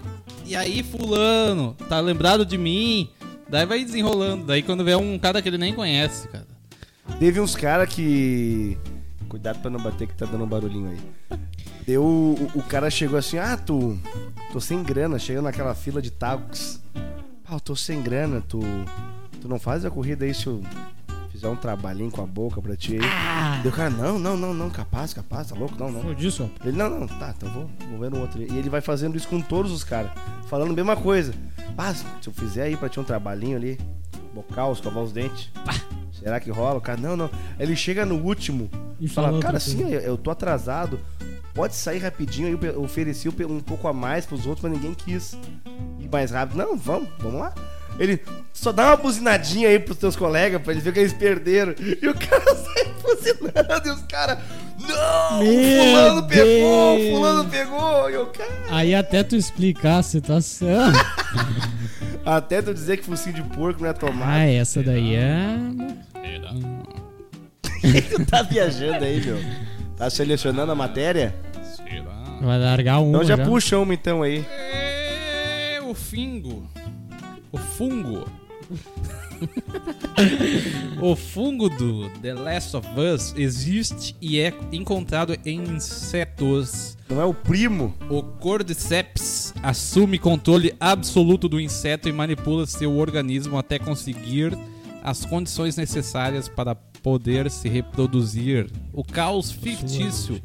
[SPEAKER 3] E aí, fulano, tá lembrado de mim? Daí vai desenrolando. Daí quando vê um cara que ele nem conhece, cara.
[SPEAKER 1] Teve uns caras que. Cuidado pra não bater que tá dando um barulhinho aí. Deu. O, o cara chegou assim, ah, tu. Tô sem grana, chegando naquela fila de tacos. Ah, eu tô sem grana, tu. Tu não faz a corrida aí se eu fizer um trabalhinho com a boca pra ti
[SPEAKER 3] Ah.
[SPEAKER 1] aí. Deu o cara, não, não, não, não, capaz, capaz, tá louco? Não, não.
[SPEAKER 2] Pô, disso, ó.
[SPEAKER 1] Ele, não, não, tá, então vou, vou ver no outro. E ele vai fazendo isso com todos os caras, falando a mesma coisa. Ah, se eu fizer aí pra ti um trabalhinho ali, bocal, escovar os dentes. Será que rola? O cara, não, não. Aí Ele chega no último
[SPEAKER 2] E
[SPEAKER 1] e fala,
[SPEAKER 2] fala outra
[SPEAKER 1] cara,
[SPEAKER 2] coisa.
[SPEAKER 1] assim, eu, eu tô atrasado. Pode sair rapidinho aí, eu pe- eu ofereci um pe- um pouco a mais pros outros, mas ninguém quis. E mais rápido, não, vamos, vamos lá. Ele só dá uma buzinadinha aí pros teus colegas pra eles verem que eles perderam. E o cara sai buzinando e os caras. Não!
[SPEAKER 2] Meu
[SPEAKER 1] fulano pegou!
[SPEAKER 2] Deus!
[SPEAKER 1] Fulano pegou! E o cara.
[SPEAKER 2] Aí até tu explicar a situação.
[SPEAKER 1] Até tu dizer que focinho de porco não é
[SPEAKER 2] ah,
[SPEAKER 1] tomate.
[SPEAKER 2] essa daí é.
[SPEAKER 1] Tu tá viajando aí, meu. Tá selecionando a matéria?
[SPEAKER 3] Será?
[SPEAKER 2] Vai largar um.
[SPEAKER 1] Então já
[SPEAKER 2] já.
[SPEAKER 1] puxa uma então aí.
[SPEAKER 3] É o fingo. O fungo. o fungo do The Last of Us existe e é encontrado em insetos.
[SPEAKER 1] Não é o primo?
[SPEAKER 3] O Cordyceps assume controle absoluto do inseto e manipula seu organismo até conseguir as condições necessárias para poder se reproduzir. O caos fictício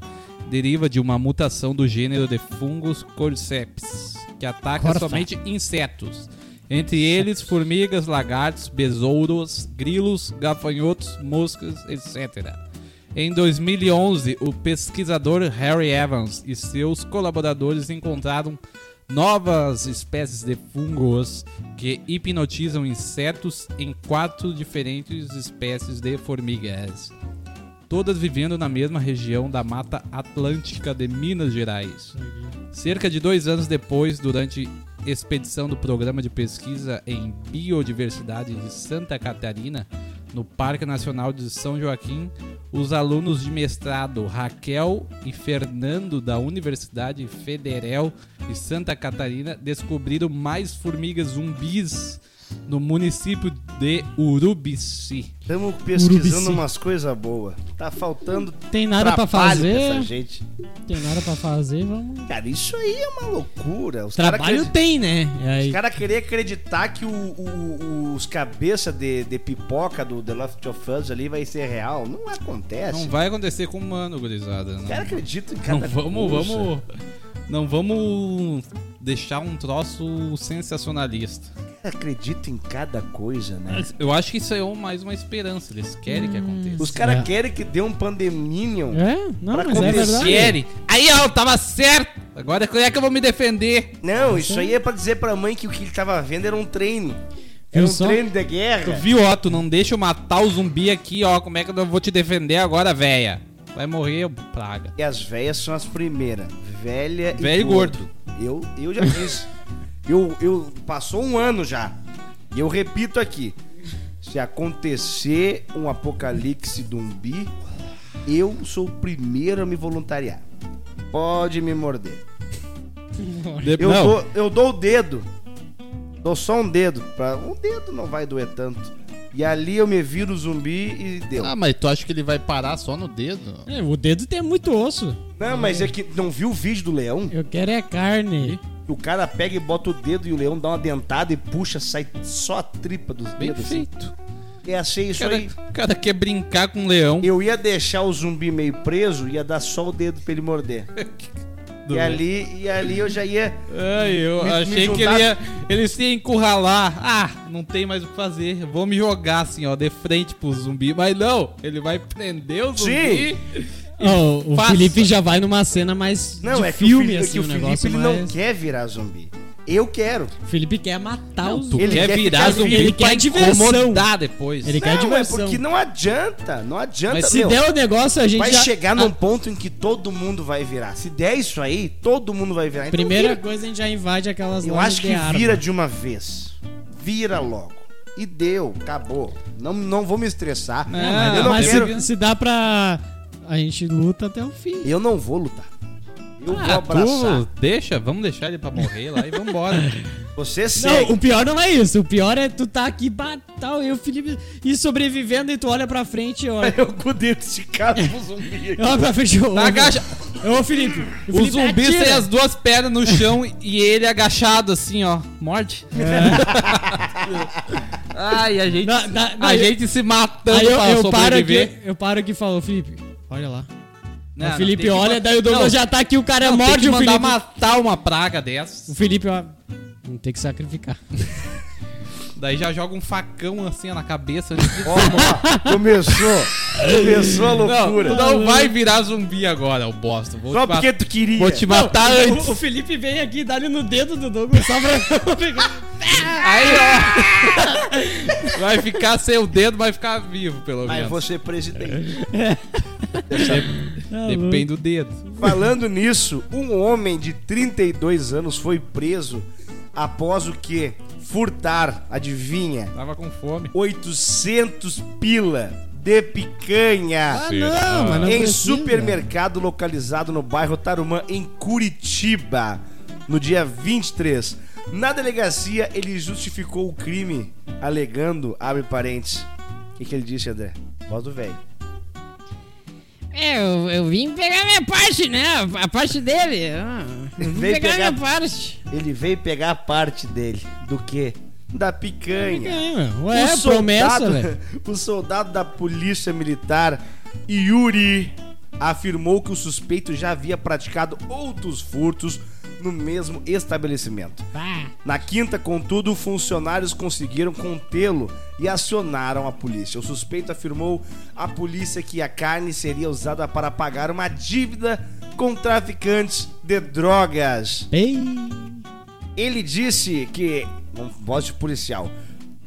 [SPEAKER 3] deriva de uma mutação do gênero de fungos Cordyceps, que ataca
[SPEAKER 2] Corta.
[SPEAKER 3] somente insetos. Entre eles, formigas, lagartos, besouros, grilos, gafanhotos, moscas, etc. Em 2011, o pesquisador Harry Evans e seus colaboradores encontraram novas espécies de fungos que hipnotizam insetos em quatro diferentes espécies de formigas, todas vivendo na mesma região da Mata Atlântica de Minas Gerais. Cerca de dois anos depois, durante expedição do Programa de Pesquisa em Biodiversidade de Santa Catarina, no Parque Nacional de São Joaquim, os alunos de mestrado Raquel e Fernando da Universidade Federal de Santa Catarina descobriram mais formigas zumbis no município de Urubici.
[SPEAKER 1] Estamos pesquisando
[SPEAKER 2] Urubici.
[SPEAKER 1] umas coisas boas. Tá faltando
[SPEAKER 2] Tem nada pra
[SPEAKER 1] trabalho
[SPEAKER 2] fazer.
[SPEAKER 1] Essa gente.
[SPEAKER 2] Tem nada pra fazer, vamos.
[SPEAKER 1] Cara, isso aí é uma loucura. Os caras
[SPEAKER 2] Trabalho tem, né? E aí,
[SPEAKER 1] Os caras queriam acreditar que o- o- o- os cabeça de, de pipoca do The Last of Us ali vai ser real. Não acontece.
[SPEAKER 3] Não vai acontecer com o humano, gurizada.
[SPEAKER 1] Os
[SPEAKER 3] Não,
[SPEAKER 1] caras acreditam em
[SPEAKER 3] não
[SPEAKER 1] cada
[SPEAKER 3] vamos,
[SPEAKER 1] coisa.
[SPEAKER 3] vamos. Não vamos deixar um troço sensacionalista.
[SPEAKER 1] Acreditam em cada coisa, né?
[SPEAKER 3] Eu acho que isso é um- mais uma esperança. Eles querem
[SPEAKER 4] Hum.
[SPEAKER 3] que aconteça.
[SPEAKER 1] Os caras
[SPEAKER 2] É.
[SPEAKER 1] querem que dê um pandeminion.
[SPEAKER 2] É, não,
[SPEAKER 1] Pra
[SPEAKER 2] mas é
[SPEAKER 1] acontecer.
[SPEAKER 2] verdade.
[SPEAKER 3] Querem. Aí, ó, tava certo. Agora como é que eu vou me defender?
[SPEAKER 1] Não, isso aí é pra dizer pra mãe que o que ele tava vendo era um treino.
[SPEAKER 2] Viu
[SPEAKER 1] Era um
[SPEAKER 2] só?
[SPEAKER 1] treino de
[SPEAKER 4] É.
[SPEAKER 3] Tu
[SPEAKER 1] guerra.
[SPEAKER 3] viu, ó, tu não deixa eu matar o zumbi aqui, ó. Como é que eu vou te defender agora, véia? Vai morrer, praga.
[SPEAKER 1] E as velhas são as primeiras. Velha e
[SPEAKER 3] Velho e gordo.
[SPEAKER 1] Eu, eu já disse. eu, eu, passou um ano já. E eu repito aqui. Se acontecer um apocalipse zumbi, eu sou o primeiro a me voluntariar. Pode me morder.
[SPEAKER 3] De-
[SPEAKER 1] Eu,
[SPEAKER 3] não,
[SPEAKER 1] dou, eu dou o dedo. Dou só um dedo. Pra... Um dedo não vai doer tanto. E ali eu me viro zumbi e deu.
[SPEAKER 4] Ah, mas tu acha que ele vai parar só no dedo?
[SPEAKER 2] É, o dedo tem muito osso.
[SPEAKER 1] Não, mas é que não viu o vídeo do leão?
[SPEAKER 2] Eu quero é carne.
[SPEAKER 1] O cara pega e bota o dedo e o leão dá uma dentada e puxa, sai só a tripa dos
[SPEAKER 3] Bem
[SPEAKER 1] dedos. assim.
[SPEAKER 3] feito.
[SPEAKER 1] É assim,
[SPEAKER 3] O
[SPEAKER 1] isso
[SPEAKER 3] cara,
[SPEAKER 1] aí.
[SPEAKER 3] o cara quer brincar com o leão.
[SPEAKER 1] Eu ia deixar o zumbi meio preso, ia dar só o dedo pra ele morder. e ali, e ali eu já ia.
[SPEAKER 3] Ai, eu
[SPEAKER 1] Me- me
[SPEAKER 3] achei que
[SPEAKER 1] juntar-
[SPEAKER 3] ele ia, ele se ia encurralar. Ah, não tem mais o que fazer. Eu Vou me jogar assim, ó, de frente pro zumbi. Mas não, ele vai prender o zumbi.
[SPEAKER 2] Ó, o
[SPEAKER 3] Faça.
[SPEAKER 2] Felipe já vai numa cena mais
[SPEAKER 1] Não,
[SPEAKER 2] de
[SPEAKER 1] é que o
[SPEAKER 2] filme,
[SPEAKER 1] Felipe, é que
[SPEAKER 2] assim,
[SPEAKER 1] o
[SPEAKER 2] o
[SPEAKER 1] Felipe
[SPEAKER 2] negócio
[SPEAKER 1] ele não
[SPEAKER 2] mais...
[SPEAKER 1] quer virar zumbi. Eu quero.
[SPEAKER 2] O Felipe quer matar os
[SPEAKER 3] Tu
[SPEAKER 1] Ele
[SPEAKER 3] quer
[SPEAKER 1] quer
[SPEAKER 3] virar
[SPEAKER 1] ficar
[SPEAKER 3] zumbi
[SPEAKER 2] vivo. Ele
[SPEAKER 3] pra
[SPEAKER 2] quer diversão.
[SPEAKER 3] incomodar depois.
[SPEAKER 2] Ele- quer
[SPEAKER 1] não, é
[SPEAKER 2] diversão.
[SPEAKER 1] porque não adianta. Não adianta,
[SPEAKER 2] Mas se
[SPEAKER 1] meu.
[SPEAKER 2] der o negócio, a gente
[SPEAKER 1] Vai
[SPEAKER 2] já...
[SPEAKER 1] chegar
[SPEAKER 2] a
[SPEAKER 1] num ponto em que todo mundo vai virar. Se der isso aí, todo mundo vai virar. Então
[SPEAKER 2] Primeira
[SPEAKER 1] vira.
[SPEAKER 2] coisa, a gente já invade aquelas
[SPEAKER 1] Eu
[SPEAKER 2] lojas
[SPEAKER 1] acho
[SPEAKER 2] de
[SPEAKER 1] que
[SPEAKER 2] arma.
[SPEAKER 1] vira de uma vez. Vira logo. E deu, acabou. Não, não vou me estressar.
[SPEAKER 3] Não,
[SPEAKER 2] Ah,
[SPEAKER 1] eu,
[SPEAKER 3] mas-
[SPEAKER 1] não
[SPEAKER 2] mas
[SPEAKER 1] quero-
[SPEAKER 2] se, se dá pra... A gente luta até o fim.
[SPEAKER 1] eu não vou lutar. Eu vou
[SPEAKER 3] Ah,
[SPEAKER 1] abraçar.
[SPEAKER 3] tu deixa, vamos deixar ele pra morrer lá e vambora.
[SPEAKER 1] Você
[SPEAKER 2] Não,
[SPEAKER 1] segue.
[SPEAKER 2] o pior não é isso. O pior é tu tá aqui, bah, tal, eu, Felipe, e sobrevivendo, e tu olha pra frente e olha.
[SPEAKER 1] Eu com o dedo esticado pro zumbi aqui.
[SPEAKER 2] Eu olho pra frente, eu.
[SPEAKER 3] Tá agacha-
[SPEAKER 2] Ô, Felipe.
[SPEAKER 3] O
[SPEAKER 2] Felipe
[SPEAKER 3] zumbi
[SPEAKER 2] atira.
[SPEAKER 3] sem as duas pernas no chão e ele agachado assim, ó. Morde.
[SPEAKER 2] É.
[SPEAKER 3] Ai, a gente,
[SPEAKER 2] Na- na- na-
[SPEAKER 3] a gente se matando
[SPEAKER 2] Aí eu,
[SPEAKER 3] pra
[SPEAKER 2] eu paro
[SPEAKER 3] sobreviver.
[SPEAKER 2] aqui, eu paro aqui e falo, Felipe, olha lá.
[SPEAKER 3] Não,
[SPEAKER 2] o
[SPEAKER 3] não,
[SPEAKER 2] Felipe
[SPEAKER 3] tem que
[SPEAKER 2] olha,
[SPEAKER 3] ma-
[SPEAKER 2] daí o Douglas
[SPEAKER 3] Não,
[SPEAKER 2] já tá aqui, o cara
[SPEAKER 3] não, tem
[SPEAKER 2] morde
[SPEAKER 3] que
[SPEAKER 2] o
[SPEAKER 3] mandar
[SPEAKER 2] Felipe.
[SPEAKER 3] matar uma praga dessa.
[SPEAKER 2] O Felipe, ó, não tem que sacrificar.
[SPEAKER 3] Daí já joga um facão assim ó, na cabeça. antes de-
[SPEAKER 1] Ó, ó, começou. Começou a
[SPEAKER 3] Não,
[SPEAKER 1] loucura.
[SPEAKER 3] tu
[SPEAKER 2] Tá
[SPEAKER 3] um não vai virar zumbi agora, o bosta. Vou
[SPEAKER 1] Só
[SPEAKER 3] te ma-
[SPEAKER 1] porque tu queria.
[SPEAKER 3] Vou te matar
[SPEAKER 2] O-
[SPEAKER 3] antes.
[SPEAKER 2] Ah, O, Felipe vem aqui e dá-lhe no dedo do Douglas só pra.
[SPEAKER 3] Aí, ó. Vai ficar sem o dedo, vai ficar vivo, pelo
[SPEAKER 1] Mas
[SPEAKER 3] menos.
[SPEAKER 1] vou ser presidente.
[SPEAKER 2] Tá
[SPEAKER 3] Depende do dedo.
[SPEAKER 1] Falando nisso, um homem de 32 anos foi preso após o que? Furtar, adivinha?
[SPEAKER 3] Tava com fome.
[SPEAKER 1] 800 pila de picanha
[SPEAKER 2] Ah, não, mas não
[SPEAKER 1] em
[SPEAKER 2] precisa.
[SPEAKER 1] supermercado localizado no bairro Tarumã, em Curitiba, no dia 23. Na delegacia, ele justificou o crime, alegando, abre parênteses. O que, que ele disse, André? Voz do velho.
[SPEAKER 5] É, eu, eu vim pegar minha parte, né? A parte dele. Ah, Eu vim
[SPEAKER 1] Vem
[SPEAKER 5] pegar,
[SPEAKER 1] pegar-
[SPEAKER 5] minha parte.
[SPEAKER 1] Ele veio pegar a parte dele. Do quê? Da picanha.
[SPEAKER 2] É, meu. Ué,
[SPEAKER 1] o
[SPEAKER 2] promessa, velho.
[SPEAKER 1] o soldado da polícia militar Yuri afirmou que o suspeito já havia praticado outros furtos no mesmo estabelecimento.
[SPEAKER 5] Pá.
[SPEAKER 1] Na quinta, contudo, funcionários conseguiram contê-lo e acionaram a polícia. O suspeito afirmou à polícia que a carne seria usada para pagar uma dívida com traficantes de drogas.
[SPEAKER 2] Ei.
[SPEAKER 1] Ele disse que. um Voz de policial.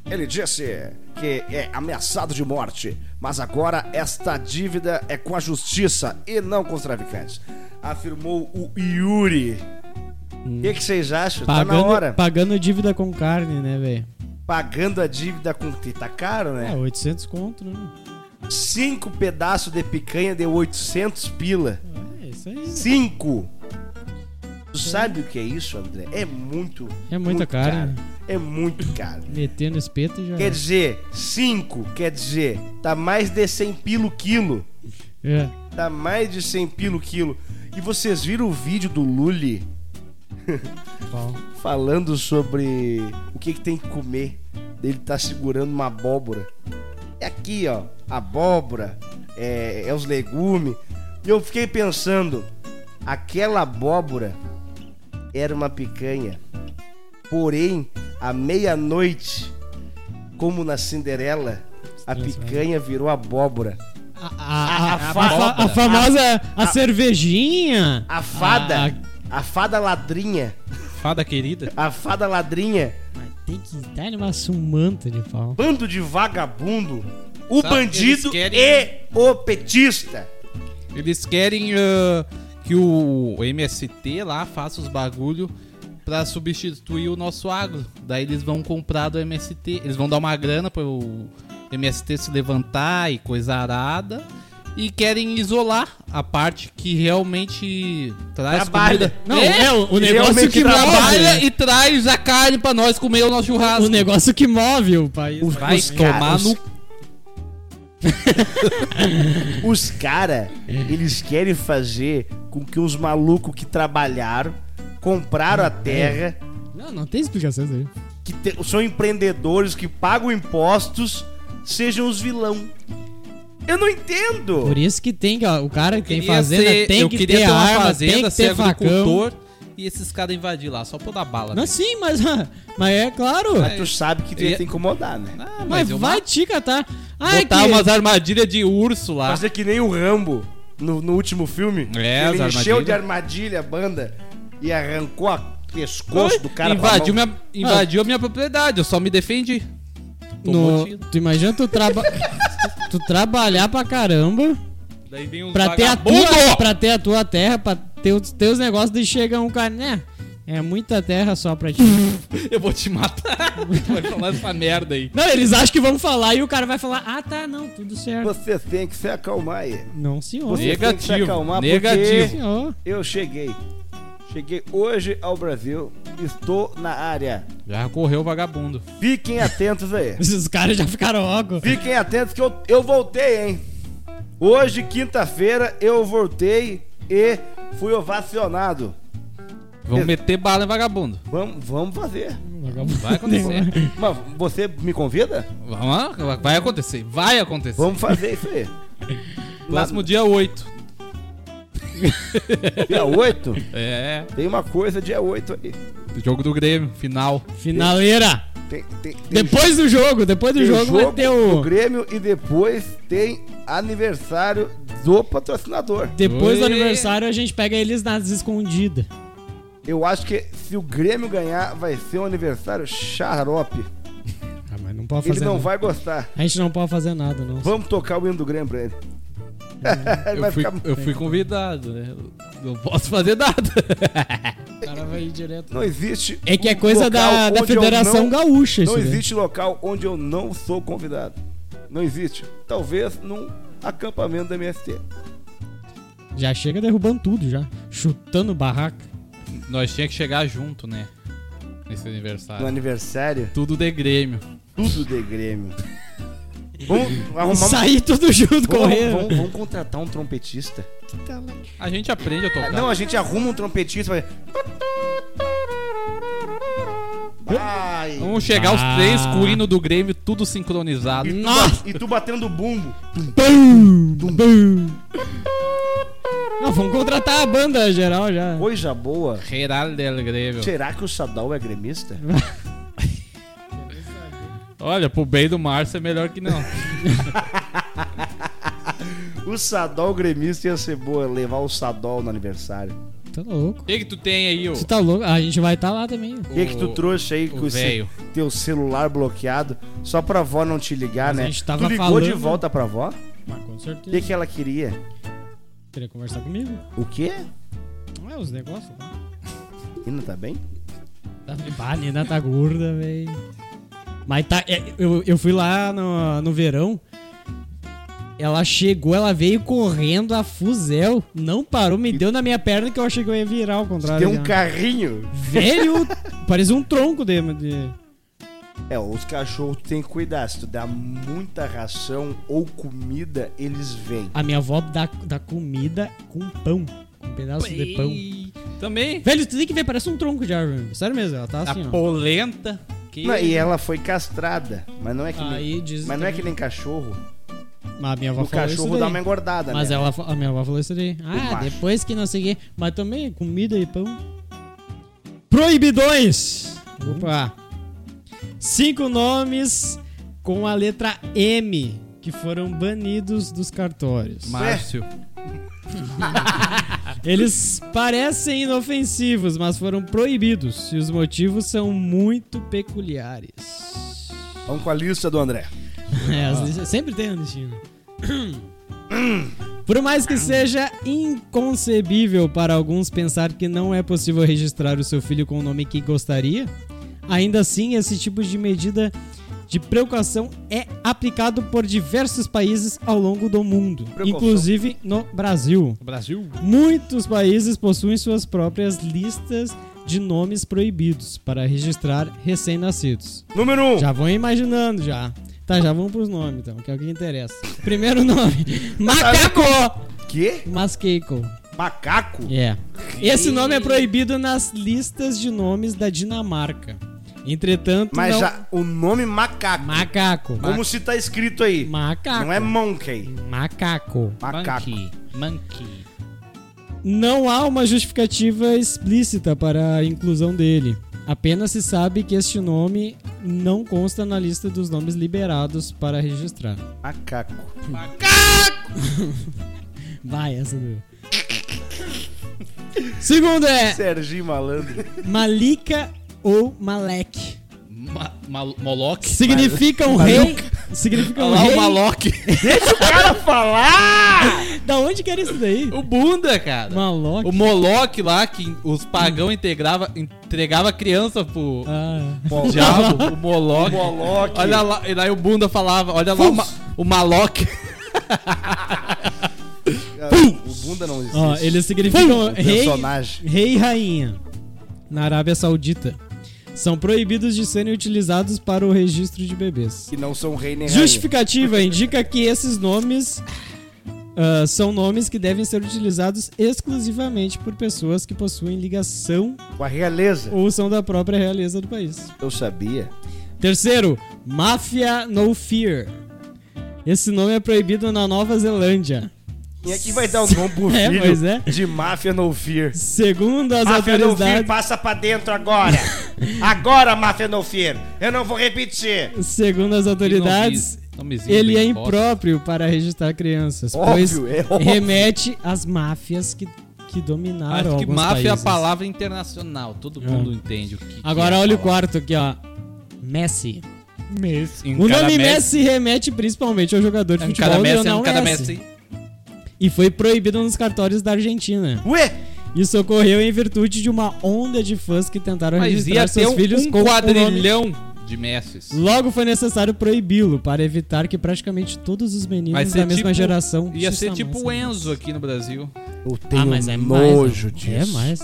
[SPEAKER 1] Ele disse que é ameaçado de morte, mas agora esta dívida é com a justiça e não com os traficantes. Afirmou o Yuri O que que vocês acham? tá na
[SPEAKER 2] Hum. Pagando,
[SPEAKER 1] hora.
[SPEAKER 2] pagando dívida com carne, né, velho?
[SPEAKER 1] Pagando a dívida com. Tá caro,
[SPEAKER 2] É.
[SPEAKER 1] né?
[SPEAKER 2] 800 conto, né?
[SPEAKER 1] Cinco pedaços de picanha de 800 pila.
[SPEAKER 2] É isso aí.
[SPEAKER 1] Cinco! Tu sabe o que é isso, André? É muito.
[SPEAKER 2] É muita carne.
[SPEAKER 1] caro. É muito caro.
[SPEAKER 2] Metendo espeto e já.
[SPEAKER 1] Quer dizer, cinco, quer dizer, tá mais de 100 pila o quilo.
[SPEAKER 2] É.
[SPEAKER 1] Tá mais de 100 pila o quilo. E vocês viram o vídeo do Lully
[SPEAKER 2] Bom.
[SPEAKER 1] falando sobre o que, que tem que comer? Ele tá segurando uma abóbora. É aqui, ó, abóbora, é, é os legumes. E eu fiquei pensando, aquela abóbora era uma picanha. Porém, à meia-noite, como na Cinderela, a picanha virou abóbora.
[SPEAKER 2] A, a, a,
[SPEAKER 1] A- a
[SPEAKER 2] a fa-
[SPEAKER 1] abóbora.
[SPEAKER 2] a famosa. A, cervejinha.
[SPEAKER 1] A fada, a fada ladrinha,
[SPEAKER 3] Fada querida.
[SPEAKER 1] a fada ladrinha,
[SPEAKER 2] Mas tem que dar uma sumanta de pau.
[SPEAKER 1] bando de vagabundo, o
[SPEAKER 3] Sabe,
[SPEAKER 1] bandido
[SPEAKER 3] eles querem-
[SPEAKER 1] e o petista.
[SPEAKER 3] Eles querem ah, que o MST lá faça os bagulho pra substituir o nosso agro. Daí eles vão comprar do MST. Eles vão dar uma grana pro MST se levantar e coisa arada. E querem isolar a parte que realmente traz
[SPEAKER 1] Trabalha.
[SPEAKER 3] comida.
[SPEAKER 2] Não, é, o, o negócio
[SPEAKER 1] Realmente
[SPEAKER 2] que
[SPEAKER 1] trabalha
[SPEAKER 2] move.
[SPEAKER 3] Trabalha
[SPEAKER 2] né?
[SPEAKER 3] e traz a carne pra nós comer o nosso churrasco.
[SPEAKER 2] O negócio que move o país.
[SPEAKER 1] Os-
[SPEAKER 3] Vai
[SPEAKER 1] os
[SPEAKER 3] tomar
[SPEAKER 1] caras-
[SPEAKER 3] no
[SPEAKER 1] Os cara, eles querem fazer com que os malucos que trabalharam, compraram
[SPEAKER 3] Uhum.
[SPEAKER 1] a terra,
[SPEAKER 2] Não, não tem explicação isso aí.
[SPEAKER 1] que te- são empreendedores, que pagam impostos, sejam os vilão. Eu não entendo.
[SPEAKER 2] Por isso que tem que, ó, o cara que tem
[SPEAKER 3] Queria
[SPEAKER 2] fazenda
[SPEAKER 3] ser-
[SPEAKER 2] tem
[SPEAKER 3] eu
[SPEAKER 2] que
[SPEAKER 3] queria
[SPEAKER 2] ter
[SPEAKER 3] ter uma
[SPEAKER 2] arma,
[SPEAKER 3] fazenda,
[SPEAKER 2] tem que
[SPEAKER 3] ser
[SPEAKER 2] ter facão.
[SPEAKER 3] agricultor e esses caras invadir lá, só pra dar bala.
[SPEAKER 2] Não, sim, mas, mas é claro.
[SPEAKER 1] Mas tu sabe que tu ia
[SPEAKER 3] E-
[SPEAKER 1] te incomodar, né?
[SPEAKER 3] Ah,
[SPEAKER 2] mas
[SPEAKER 3] eu
[SPEAKER 2] vai
[SPEAKER 3] mato.
[SPEAKER 2] te catar. Ai,
[SPEAKER 3] botar
[SPEAKER 2] que...
[SPEAKER 3] umas armadilhas de urso lá.
[SPEAKER 1] Fazer que nem o Rambo no, no último filme.
[SPEAKER 3] É,
[SPEAKER 1] ele
[SPEAKER 3] as
[SPEAKER 1] encheu
[SPEAKER 3] armadilhas.
[SPEAKER 1] de armadilha a banda e arrancou a pescoço do cara com a
[SPEAKER 3] invadiu
[SPEAKER 1] mão.
[SPEAKER 3] minha, invadiu minha propriedade, eu só me defendi. Tomou
[SPEAKER 2] No,
[SPEAKER 3] tiro.
[SPEAKER 2] tu imagina tu, traba... tu trabalhar pra caramba
[SPEAKER 3] Daí vem uns
[SPEAKER 2] pra ter, a
[SPEAKER 3] vagabundo.
[SPEAKER 2] tua, pra ter a tua terra, pra ter os teus negócios e chega um cara, né? É muita terra só pra ti.
[SPEAKER 3] Eu vou te matar. vai falar essa merda aí.
[SPEAKER 2] não, eles acham que vão falar e o cara vai falar, ah tá, não, tudo certo.
[SPEAKER 1] Você tem que se acalmar aí.
[SPEAKER 2] Não, senhor.
[SPEAKER 1] Você- tem que se
[SPEAKER 3] Negativo.
[SPEAKER 1] acalmar
[SPEAKER 2] Não,
[SPEAKER 3] negativo.
[SPEAKER 2] senhor.
[SPEAKER 1] Eu cheguei. Cheguei hoje ao Brasil. Estou na área.
[SPEAKER 3] Já correu o vagabundo.
[SPEAKER 1] Fiquem atentos aí.
[SPEAKER 2] Esses caras já ficaram óculos.
[SPEAKER 1] Fiquem atentos que eu, eu voltei, hein? Hoje, quinta-feira, eu voltei e fui ovacionado.
[SPEAKER 3] Vão
[SPEAKER 1] Eu-
[SPEAKER 3] meter bala em vagabundo.
[SPEAKER 1] Vamos, vamos fazer.
[SPEAKER 3] Vai acontecer.
[SPEAKER 1] Mas você me convida?
[SPEAKER 3] Vamos lá? vai acontecer. Vai acontecer.
[SPEAKER 1] Vamos fazer isso aí.
[SPEAKER 3] Próximo dia 8.
[SPEAKER 1] Dia 8?
[SPEAKER 3] É.
[SPEAKER 1] Tem uma coisa dia 8 aí.
[SPEAKER 3] Jogo do Grêmio, final.
[SPEAKER 2] Finaleira.
[SPEAKER 1] Tem, tem, tem
[SPEAKER 2] Depois do jogo, depois do
[SPEAKER 1] tem
[SPEAKER 2] jogo, vai ter o.
[SPEAKER 1] do Grêmio e depois tem aniversário do patrocinador.
[SPEAKER 2] Depois do
[SPEAKER 3] Oi.
[SPEAKER 2] aniversário a gente pega eles nas escondidas.
[SPEAKER 1] Eu acho que se o Grêmio ganhar, vai ser um aniversário xarope.
[SPEAKER 2] Ah, mas não pode
[SPEAKER 1] Ele não vai gostar.
[SPEAKER 2] A gente não pode fazer nada, não.
[SPEAKER 1] Vamos tocar o hino do Grêmio pra ele.
[SPEAKER 2] Hum,
[SPEAKER 1] ele
[SPEAKER 3] Eu
[SPEAKER 1] vai
[SPEAKER 3] fui,
[SPEAKER 1] ficar...
[SPEAKER 3] eu fui convidado, né? Eu Não posso fazer nada.
[SPEAKER 2] O cara vai ir direto.
[SPEAKER 1] Não existe.
[SPEAKER 2] É que é
[SPEAKER 1] um
[SPEAKER 2] coisa da,
[SPEAKER 1] local
[SPEAKER 2] da
[SPEAKER 1] onde eu
[SPEAKER 2] Federação
[SPEAKER 1] não-
[SPEAKER 2] Gaúcha, isso.
[SPEAKER 1] Não
[SPEAKER 2] né?
[SPEAKER 1] existe local onde eu não sou convidado. Não existe. Talvez num acampamento da MST.
[SPEAKER 2] Já chega derrubando tudo, já. Chutando barraca.
[SPEAKER 3] Nós tinha que chegar junto, né? Nesse
[SPEAKER 1] No
[SPEAKER 3] aniversário.
[SPEAKER 1] aniversário,
[SPEAKER 3] Tudo de Grêmio.
[SPEAKER 1] tudo de Grêmio. Vamos arrumar.
[SPEAKER 2] Sair tudo junto,
[SPEAKER 1] Vamos,
[SPEAKER 2] correndo.
[SPEAKER 1] vamos, vamos contratar um trompetista.
[SPEAKER 3] A gente aprende a tocar.
[SPEAKER 1] Não, a gente arruma um trompetista. Vai... Ai.
[SPEAKER 3] Vamos chegar os
[SPEAKER 2] Ah.
[SPEAKER 3] três com o hino do Grêmio, tudo sincronizado.
[SPEAKER 1] E tu,
[SPEAKER 2] Nossa.
[SPEAKER 1] ba- e tu batendo bumbo.
[SPEAKER 2] Bum, bum. Não, vamos contratar a banda geral já.
[SPEAKER 1] Coisa boa.
[SPEAKER 3] Geral del Grêmio.
[SPEAKER 1] Será que o Sadal é gremista?
[SPEAKER 3] Olha, pro bem do Márcio é melhor que não.
[SPEAKER 1] O Sadol gremista ia ser boa levar o Sadol no aniversário.
[SPEAKER 2] Tá louco.
[SPEAKER 3] O que, que tu tem aí, ô?
[SPEAKER 2] Tu tá louco? A gente vai estar lá também.
[SPEAKER 1] O que, que tu trouxe aí
[SPEAKER 3] o
[SPEAKER 1] com esse
[SPEAKER 3] véio.
[SPEAKER 1] teu celular bloqueado? Só pra vó não te ligar,
[SPEAKER 2] Mas
[SPEAKER 1] né?
[SPEAKER 2] a gente tava
[SPEAKER 1] tu ligou
[SPEAKER 2] falando-
[SPEAKER 1] de volta pra vó?
[SPEAKER 2] Mas com
[SPEAKER 1] O
[SPEAKER 2] certeza.
[SPEAKER 1] que, que ela queria?
[SPEAKER 2] Queria conversar comigo?
[SPEAKER 1] O quê?
[SPEAKER 2] Não é os negócios, tá?
[SPEAKER 1] Nina tá bem?
[SPEAKER 2] Bah, a Nina tá gorda, velho. Mas tá. é, Eu, eu fui lá no, no verão. Ela chegou, ela veio correndo a fuzel, não parou, me deu na minha perna que eu achei que eu ia virar ao contrário.
[SPEAKER 1] Tem um
[SPEAKER 2] dela.
[SPEAKER 1] carrinho.
[SPEAKER 2] Velho, parecia um tronco de. de-
[SPEAKER 1] É, os cachorros tu tem que cuidar. Se tu dá muita ração ou comida, eles vêm.
[SPEAKER 2] A minha avó dá, dá comida com pão. Com um pedaço de pão.
[SPEAKER 3] Também.
[SPEAKER 2] Velho, tu tem que ver, parece um tronco de árvore. Sério mesmo, ela tá
[SPEAKER 3] A
[SPEAKER 2] assim, ó.
[SPEAKER 3] polenta. Que...
[SPEAKER 1] Não, e ela foi castrada, mas não é que nem,
[SPEAKER 2] Aí diz.
[SPEAKER 1] mas não é que nem cachorro.
[SPEAKER 2] Mas a minha avó
[SPEAKER 1] O
[SPEAKER 2] falou isso
[SPEAKER 1] cachorro
[SPEAKER 2] daí.
[SPEAKER 1] dá uma engordada,
[SPEAKER 2] Mas
[SPEAKER 1] né?
[SPEAKER 2] é ela, fa- a minha avó falou isso daí. Ah,
[SPEAKER 1] macho.
[SPEAKER 2] depois que não sei o quê. Mas também comida e pão. Proibidões! Opa! Cinco nomes com a letra M que foram banidos dos cartórios.
[SPEAKER 1] é-
[SPEAKER 3] Márcio.
[SPEAKER 2] Eles parecem inofensivos, mas foram proibidos. E os motivos são muito peculiares.
[SPEAKER 1] Vamos com a lista do André.
[SPEAKER 2] É, as listas- sempre tem um destino. Por mais que seja inconcebível para alguns pensar que não é possível registrar o seu filho com o nome que gostaria, ainda assim esse tipo de medida de precaução é aplicado por diversos países ao longo do mundo,
[SPEAKER 1] Precaução.
[SPEAKER 2] inclusive no Brasil.
[SPEAKER 3] Brasil.
[SPEAKER 2] Muitos países possuem suas próprias listas de nomes proibidos para registrar recém-nascidos.
[SPEAKER 1] Número 1. Um.
[SPEAKER 2] Já vão imaginando já. Tá, já vamos pros nomes então, que é o que interessa. Primeiro nome: Macaco!
[SPEAKER 1] Quê?
[SPEAKER 2] Masqueico.
[SPEAKER 1] Macaco?
[SPEAKER 2] É. Esse nome é proibido nas listas de nomes da Dinamarca. Entretanto,
[SPEAKER 1] Mas
[SPEAKER 2] não...
[SPEAKER 1] já o nome macaco.
[SPEAKER 2] Macaco.
[SPEAKER 1] como se tá escrito aí.
[SPEAKER 2] Macaco.
[SPEAKER 1] Não é monkey.
[SPEAKER 2] Macaco.
[SPEAKER 1] Macaco.
[SPEAKER 4] Monkey.
[SPEAKER 2] Não há uma justificativa explícita para a inclusão dele. Apenas se sabe que este nome não consta na lista dos nomes liberados para registrar.
[SPEAKER 1] Macaco.
[SPEAKER 2] Vai, essa doeu. Segundo é
[SPEAKER 1] Serginho Malandro.
[SPEAKER 2] Malika ou Malek.
[SPEAKER 4] Ma mal- Moloch.
[SPEAKER 2] Significa um rei. Significa um
[SPEAKER 4] Olha lá o
[SPEAKER 2] rei.
[SPEAKER 4] Maloc.
[SPEAKER 2] Da onde que era isso daí?
[SPEAKER 3] O bunda, cara. O
[SPEAKER 2] Malok.
[SPEAKER 3] Moloch lá, que os
[SPEAKER 2] Hum.
[SPEAKER 3] pagãos integrava, entregava criança pro
[SPEAKER 2] Ah.
[SPEAKER 1] Mol-
[SPEAKER 3] diabo. O Moloch.
[SPEAKER 1] Moloch.
[SPEAKER 3] Olha lá, e daí o bunda falava, olha lá o, ma o Maloc.
[SPEAKER 1] Ah, O bunda não existe.
[SPEAKER 2] Ó, eles significam
[SPEAKER 1] O
[SPEAKER 2] rei,
[SPEAKER 1] personagem.
[SPEAKER 2] rei e rainha. Na Arábia Saudita. São proibidos de serem utilizados para o registro de bebês.
[SPEAKER 1] Que não são rei nem rainha.
[SPEAKER 2] Justificativa indica que esses nomes ah, são nomes que devem ser utilizados exclusivamente por pessoas que possuem ligação
[SPEAKER 1] Com a realeza.
[SPEAKER 2] ou são da própria realeza do país.
[SPEAKER 1] Eu sabia.
[SPEAKER 2] Terceiro, Mafia No Fear. Esse nome é proibido na Nova Zelândia.
[SPEAKER 1] Quem é que vai dar o nome pro
[SPEAKER 2] É,
[SPEAKER 1] filho
[SPEAKER 2] pois é.
[SPEAKER 1] de Máfia No Fear?
[SPEAKER 2] Segundo as
[SPEAKER 1] Máfia No Fear,
[SPEAKER 2] autoridades,
[SPEAKER 1] passa pra dentro agora. agora, Máfia No Fear. Eu não vou repetir.
[SPEAKER 2] segundo as autoridades,
[SPEAKER 3] Nomezinho
[SPEAKER 2] ele é
[SPEAKER 3] bem bosta.
[SPEAKER 2] impróprio para registrar crianças,
[SPEAKER 1] Óbvio, é
[SPEAKER 2] pois
[SPEAKER 1] óbvio.
[SPEAKER 2] remete às máfias que, que dominaram
[SPEAKER 3] Acho que
[SPEAKER 2] Ah, alguns
[SPEAKER 3] máfia é a
[SPEAKER 2] países. É.
[SPEAKER 3] palavra internacional. Todo mundo entende o que. que
[SPEAKER 2] Agora
[SPEAKER 3] é a
[SPEAKER 2] olha o
[SPEAKER 3] palavra.
[SPEAKER 2] quarto aqui, ó. Messi.
[SPEAKER 3] Messi.
[SPEAKER 2] O nome Messi remete principalmente ao jogador de
[SPEAKER 3] É um
[SPEAKER 2] futebol
[SPEAKER 3] cara Messi, é
[SPEAKER 2] Lionel
[SPEAKER 3] um cara
[SPEAKER 2] Messi.
[SPEAKER 3] Messi.
[SPEAKER 2] E foi proibido nos cartórios da Argentina.
[SPEAKER 1] Ué,
[SPEAKER 2] Isso ocorreu em virtude de uma onda de fãs que tentaram
[SPEAKER 3] Mas ia
[SPEAKER 2] registrar
[SPEAKER 3] ter
[SPEAKER 2] seus filhos
[SPEAKER 3] um
[SPEAKER 2] com o nome.
[SPEAKER 3] quadrilhão de Messi.
[SPEAKER 2] Logo foi necessário proibi-lo para evitar que praticamente todos os
[SPEAKER 3] Vai
[SPEAKER 2] meninos
[SPEAKER 3] ser
[SPEAKER 2] da mesma
[SPEAKER 3] tipo-
[SPEAKER 2] geração
[SPEAKER 3] Ia
[SPEAKER 2] se
[SPEAKER 3] ser tipo o
[SPEAKER 2] chamassem
[SPEAKER 3] Enzo aqui no Brasil.
[SPEAKER 1] eu tenho
[SPEAKER 2] Ah, mas é mais.
[SPEAKER 1] nojo
[SPEAKER 2] né?
[SPEAKER 1] disso.
[SPEAKER 2] É mais.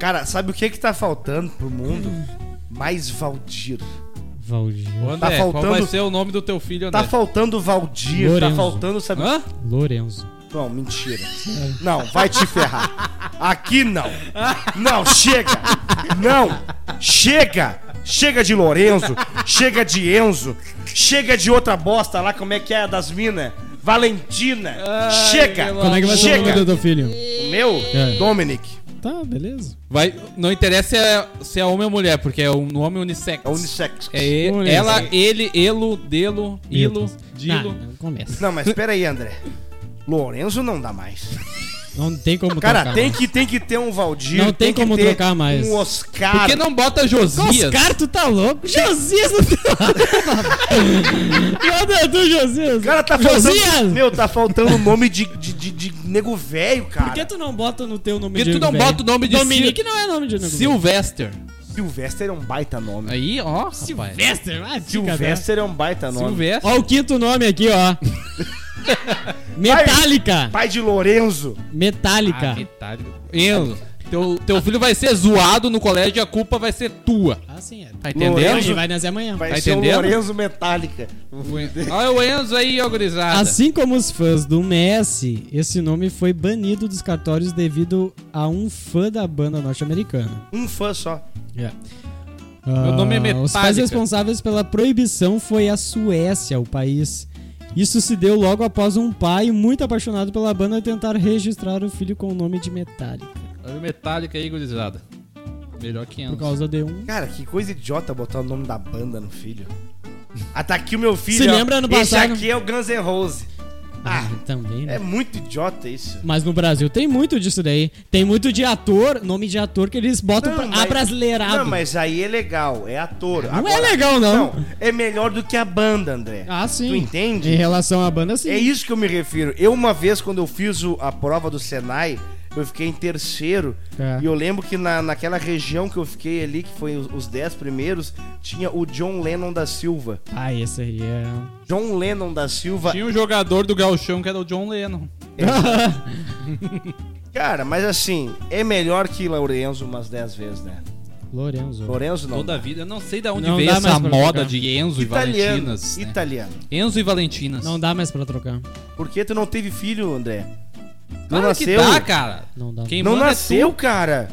[SPEAKER 1] Cara, sabe o que que tá faltando pro mundo?
[SPEAKER 2] Hum.
[SPEAKER 1] Mais Valdir.
[SPEAKER 2] Valdir.
[SPEAKER 3] Ô, André,
[SPEAKER 1] faltando-
[SPEAKER 3] qual vai ser o nome do teu filho, André?
[SPEAKER 1] Tá faltando Valdir, tá
[SPEAKER 2] Lorenzo.
[SPEAKER 1] faltando, sabe?
[SPEAKER 3] Hã?
[SPEAKER 2] Lorenzo.
[SPEAKER 1] Não, mentira.
[SPEAKER 2] É.
[SPEAKER 1] Não, vai te ferrar. Aqui não. Não, chega. Não. Chega. Chega de Lorenzo. Chega de Enzo. Chega de outra bosta lá, como é que é a das minas? Valentina. chega.
[SPEAKER 3] meu
[SPEAKER 2] Como é que vai ser o
[SPEAKER 1] chega.
[SPEAKER 2] nome do teu filho?
[SPEAKER 1] O meu?
[SPEAKER 2] É.
[SPEAKER 1] Dominic.
[SPEAKER 2] Tá, beleza.
[SPEAKER 3] Vai, não interessa se é, se é homem ou mulher, porque é um homem unissex.
[SPEAKER 1] É unissex.
[SPEAKER 3] É e-
[SPEAKER 2] Unissex.
[SPEAKER 3] ela, ele, elo, delo, ilo,
[SPEAKER 2] Beatles.
[SPEAKER 3] dilo.
[SPEAKER 2] Não, não Tá, começa.
[SPEAKER 1] Não, mas pera aí, André. Lorenzo não dá mais.
[SPEAKER 2] Não tem como
[SPEAKER 1] Cara,
[SPEAKER 2] trocar.
[SPEAKER 1] tem,
[SPEAKER 2] mais.
[SPEAKER 1] que, tem que ter um Valdir.
[SPEAKER 2] Não tem
[SPEAKER 1] que
[SPEAKER 2] como
[SPEAKER 1] ter
[SPEAKER 2] trocar mais.
[SPEAKER 1] Um Oscar.
[SPEAKER 3] Por que não bota Josias?
[SPEAKER 2] Oscar, tu tá louco? Josias no teu lado. tu, Josias?
[SPEAKER 1] Cara, tá faltando.
[SPEAKER 2] Josias!
[SPEAKER 1] Meu, tá faltando o nome de, de, de, de nego velho, cara.
[SPEAKER 2] Por que tu não bota no teu nome
[SPEAKER 3] Por que
[SPEAKER 2] de
[SPEAKER 3] tu não
[SPEAKER 2] velho?
[SPEAKER 3] bota o nome de
[SPEAKER 2] Dominique não é nome de nego velho.
[SPEAKER 3] Sylvester.
[SPEAKER 1] Sylvester é um baita nome.
[SPEAKER 3] Aí, ó, rapaz.
[SPEAKER 2] Sylvester, vai, fica né? dessa.
[SPEAKER 1] Sylvester é um baita nome.
[SPEAKER 3] Sylvester.
[SPEAKER 2] Ah, Ó o quinto nome aqui, ó. Metallica.
[SPEAKER 1] Pai de Lorenzo. Ah,
[SPEAKER 2] Metallica.
[SPEAKER 4] metade.
[SPEAKER 3] Enzo, teu, teu filho vai ser zoado no colégio e a culpa vai ser tua.
[SPEAKER 2] Ah, sim, é.
[SPEAKER 3] Tá
[SPEAKER 1] Lorenzo.
[SPEAKER 2] Hoje
[SPEAKER 3] entendendo?
[SPEAKER 2] vai nascer amanhã.
[SPEAKER 1] Vai
[SPEAKER 3] Tá
[SPEAKER 1] ser
[SPEAKER 3] entendendo?
[SPEAKER 1] o Lorenzo Metallica.
[SPEAKER 3] Olha o Enzo aí, ó, gurizada.
[SPEAKER 2] Assim como os fãs do Messi, esse nome foi banido dos cartórios devido a um fã da banda norte-americana.
[SPEAKER 1] Um fã só.
[SPEAKER 2] Meu
[SPEAKER 3] nome é
[SPEAKER 2] Os pais
[SPEAKER 3] Metallica.
[SPEAKER 2] responsáveis pela proibição foi a Suécia, o país. Isso se deu logo após um pai muito apaixonado pela banda tentar registrar o filho com o nome de Metallica.
[SPEAKER 3] Olha o Metallica aí, gurizada. Melhor que
[SPEAKER 2] Por
[SPEAKER 3] Enzo.
[SPEAKER 2] causa de um.
[SPEAKER 1] Cara, que coisa idiota botar o nome da banda no filho. Ah, tá aqui o meu filho.
[SPEAKER 2] Se
[SPEAKER 1] ó.
[SPEAKER 2] lembra no
[SPEAKER 1] Esse
[SPEAKER 2] passado?
[SPEAKER 1] aqui é o Guns N' Roses. Ah,
[SPEAKER 2] também, né?
[SPEAKER 1] é muito idiota isso.
[SPEAKER 2] Mas no Brasil tem muito disso daí. Tem muito de ator, nome de ator que eles botam pra
[SPEAKER 1] mas-
[SPEAKER 2] abrasileirado.
[SPEAKER 1] Não, mas aí é legal, é ator.
[SPEAKER 2] Não é legal, não.
[SPEAKER 1] é melhor do que a banda, André.
[SPEAKER 2] Ah, sim.
[SPEAKER 1] Tu entende?
[SPEAKER 2] Em relação à banda, sim.
[SPEAKER 1] É isso que eu me refiro. Eu, uma vez, quando eu fiz o- a prova do Senai, eu fiquei em terceiro.
[SPEAKER 2] É.
[SPEAKER 1] E eu lembro que na, naquela região que eu fiquei ali, que foi os, os dez primeiros, tinha o John Lennon da Silva.
[SPEAKER 2] Ah, esse aí é.
[SPEAKER 1] John Lennon da Silva.
[SPEAKER 3] Tinha um jogador do Galchão que era o John Lennon.
[SPEAKER 1] Cara, mas assim, é melhor que Lourenço umas dez vezes, né?
[SPEAKER 2] Lorenzo.
[SPEAKER 1] Lourenço não.
[SPEAKER 3] Toda a vida. Eu não sei de onde
[SPEAKER 2] Não
[SPEAKER 3] veio
[SPEAKER 2] dá
[SPEAKER 3] essa
[SPEAKER 2] mais pra
[SPEAKER 3] moda
[SPEAKER 2] trocar.
[SPEAKER 3] de Enzo e
[SPEAKER 1] Italiano.
[SPEAKER 3] Valentinas. né?
[SPEAKER 1] Italiano.
[SPEAKER 3] Enzo e Valentinas.
[SPEAKER 2] Não dá mais pra trocar.
[SPEAKER 1] Por que tu não teve filho, André?
[SPEAKER 3] Claro
[SPEAKER 1] não
[SPEAKER 3] que
[SPEAKER 1] nasceu.
[SPEAKER 3] dá, cara.
[SPEAKER 2] Não dá.
[SPEAKER 3] Quem
[SPEAKER 1] Não
[SPEAKER 3] manda é
[SPEAKER 1] nasceu, cara.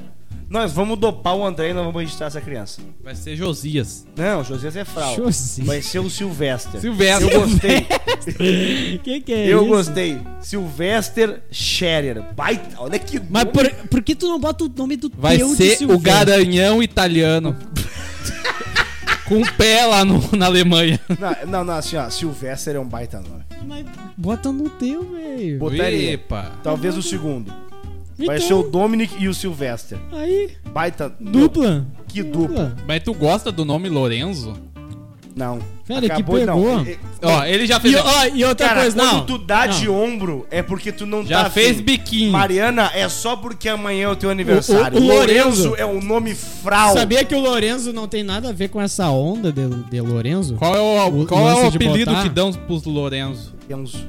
[SPEAKER 1] Nós vamos dopar o André e nós vamos registrar essa criança.
[SPEAKER 3] tu. Vai ser Josias.
[SPEAKER 1] Não, Josias é fraude.
[SPEAKER 2] Josias.
[SPEAKER 1] Vai ser o Silvestre.
[SPEAKER 3] Silvestre.
[SPEAKER 1] Eu gostei.
[SPEAKER 2] que que é
[SPEAKER 1] Eu
[SPEAKER 2] isso?
[SPEAKER 1] gostei. Sylvester Scherer. Baita. Olha que
[SPEAKER 2] Mas
[SPEAKER 1] nome.
[SPEAKER 2] por, por que tu não bota o nome do
[SPEAKER 3] Vai
[SPEAKER 2] teu de
[SPEAKER 3] ser o
[SPEAKER 2] Silvério?
[SPEAKER 3] garanhão italiano. Com o pé lá no- na Alemanha.
[SPEAKER 1] Não, não, não, assim, ó. Sylvester é um baita nome.
[SPEAKER 2] Mas bota no teu, velho.
[SPEAKER 1] Botaria.
[SPEAKER 3] Epa.
[SPEAKER 1] Talvez o segundo. Vai ser o
[SPEAKER 2] Então,
[SPEAKER 1] Dominic e o Sylvester.
[SPEAKER 2] aí,
[SPEAKER 1] Baita.
[SPEAKER 2] dupla.
[SPEAKER 1] Que dupla.
[SPEAKER 3] Mas tu gosta do nome Lorenzo?
[SPEAKER 1] Não.
[SPEAKER 2] Velho,
[SPEAKER 1] de-
[SPEAKER 2] que pegou.
[SPEAKER 1] eh,
[SPEAKER 3] Ó, ele já fez.
[SPEAKER 2] E, ó, e outra
[SPEAKER 1] Cara,
[SPEAKER 2] coisa,
[SPEAKER 1] quando
[SPEAKER 2] não.
[SPEAKER 1] tu dá
[SPEAKER 2] Não.
[SPEAKER 1] de ombro, é porque tu não
[SPEAKER 3] já
[SPEAKER 1] tá
[SPEAKER 3] fez
[SPEAKER 1] afim.
[SPEAKER 3] biquinho.
[SPEAKER 1] Mariana, é só porque amanhã é o teu aniversário.
[SPEAKER 2] O- o- o
[SPEAKER 1] Lorenzo
[SPEAKER 2] Lorenzo
[SPEAKER 1] é um nome fral.
[SPEAKER 2] Sabia que o Lorenzo não tem nada a ver com essa onda de, de Lorenzo?
[SPEAKER 3] Qual é o,
[SPEAKER 2] O
[SPEAKER 3] qual é o
[SPEAKER 2] lance de
[SPEAKER 3] apelido
[SPEAKER 2] botar?
[SPEAKER 3] que dão pros Lorenzo?
[SPEAKER 1] Lorenzo.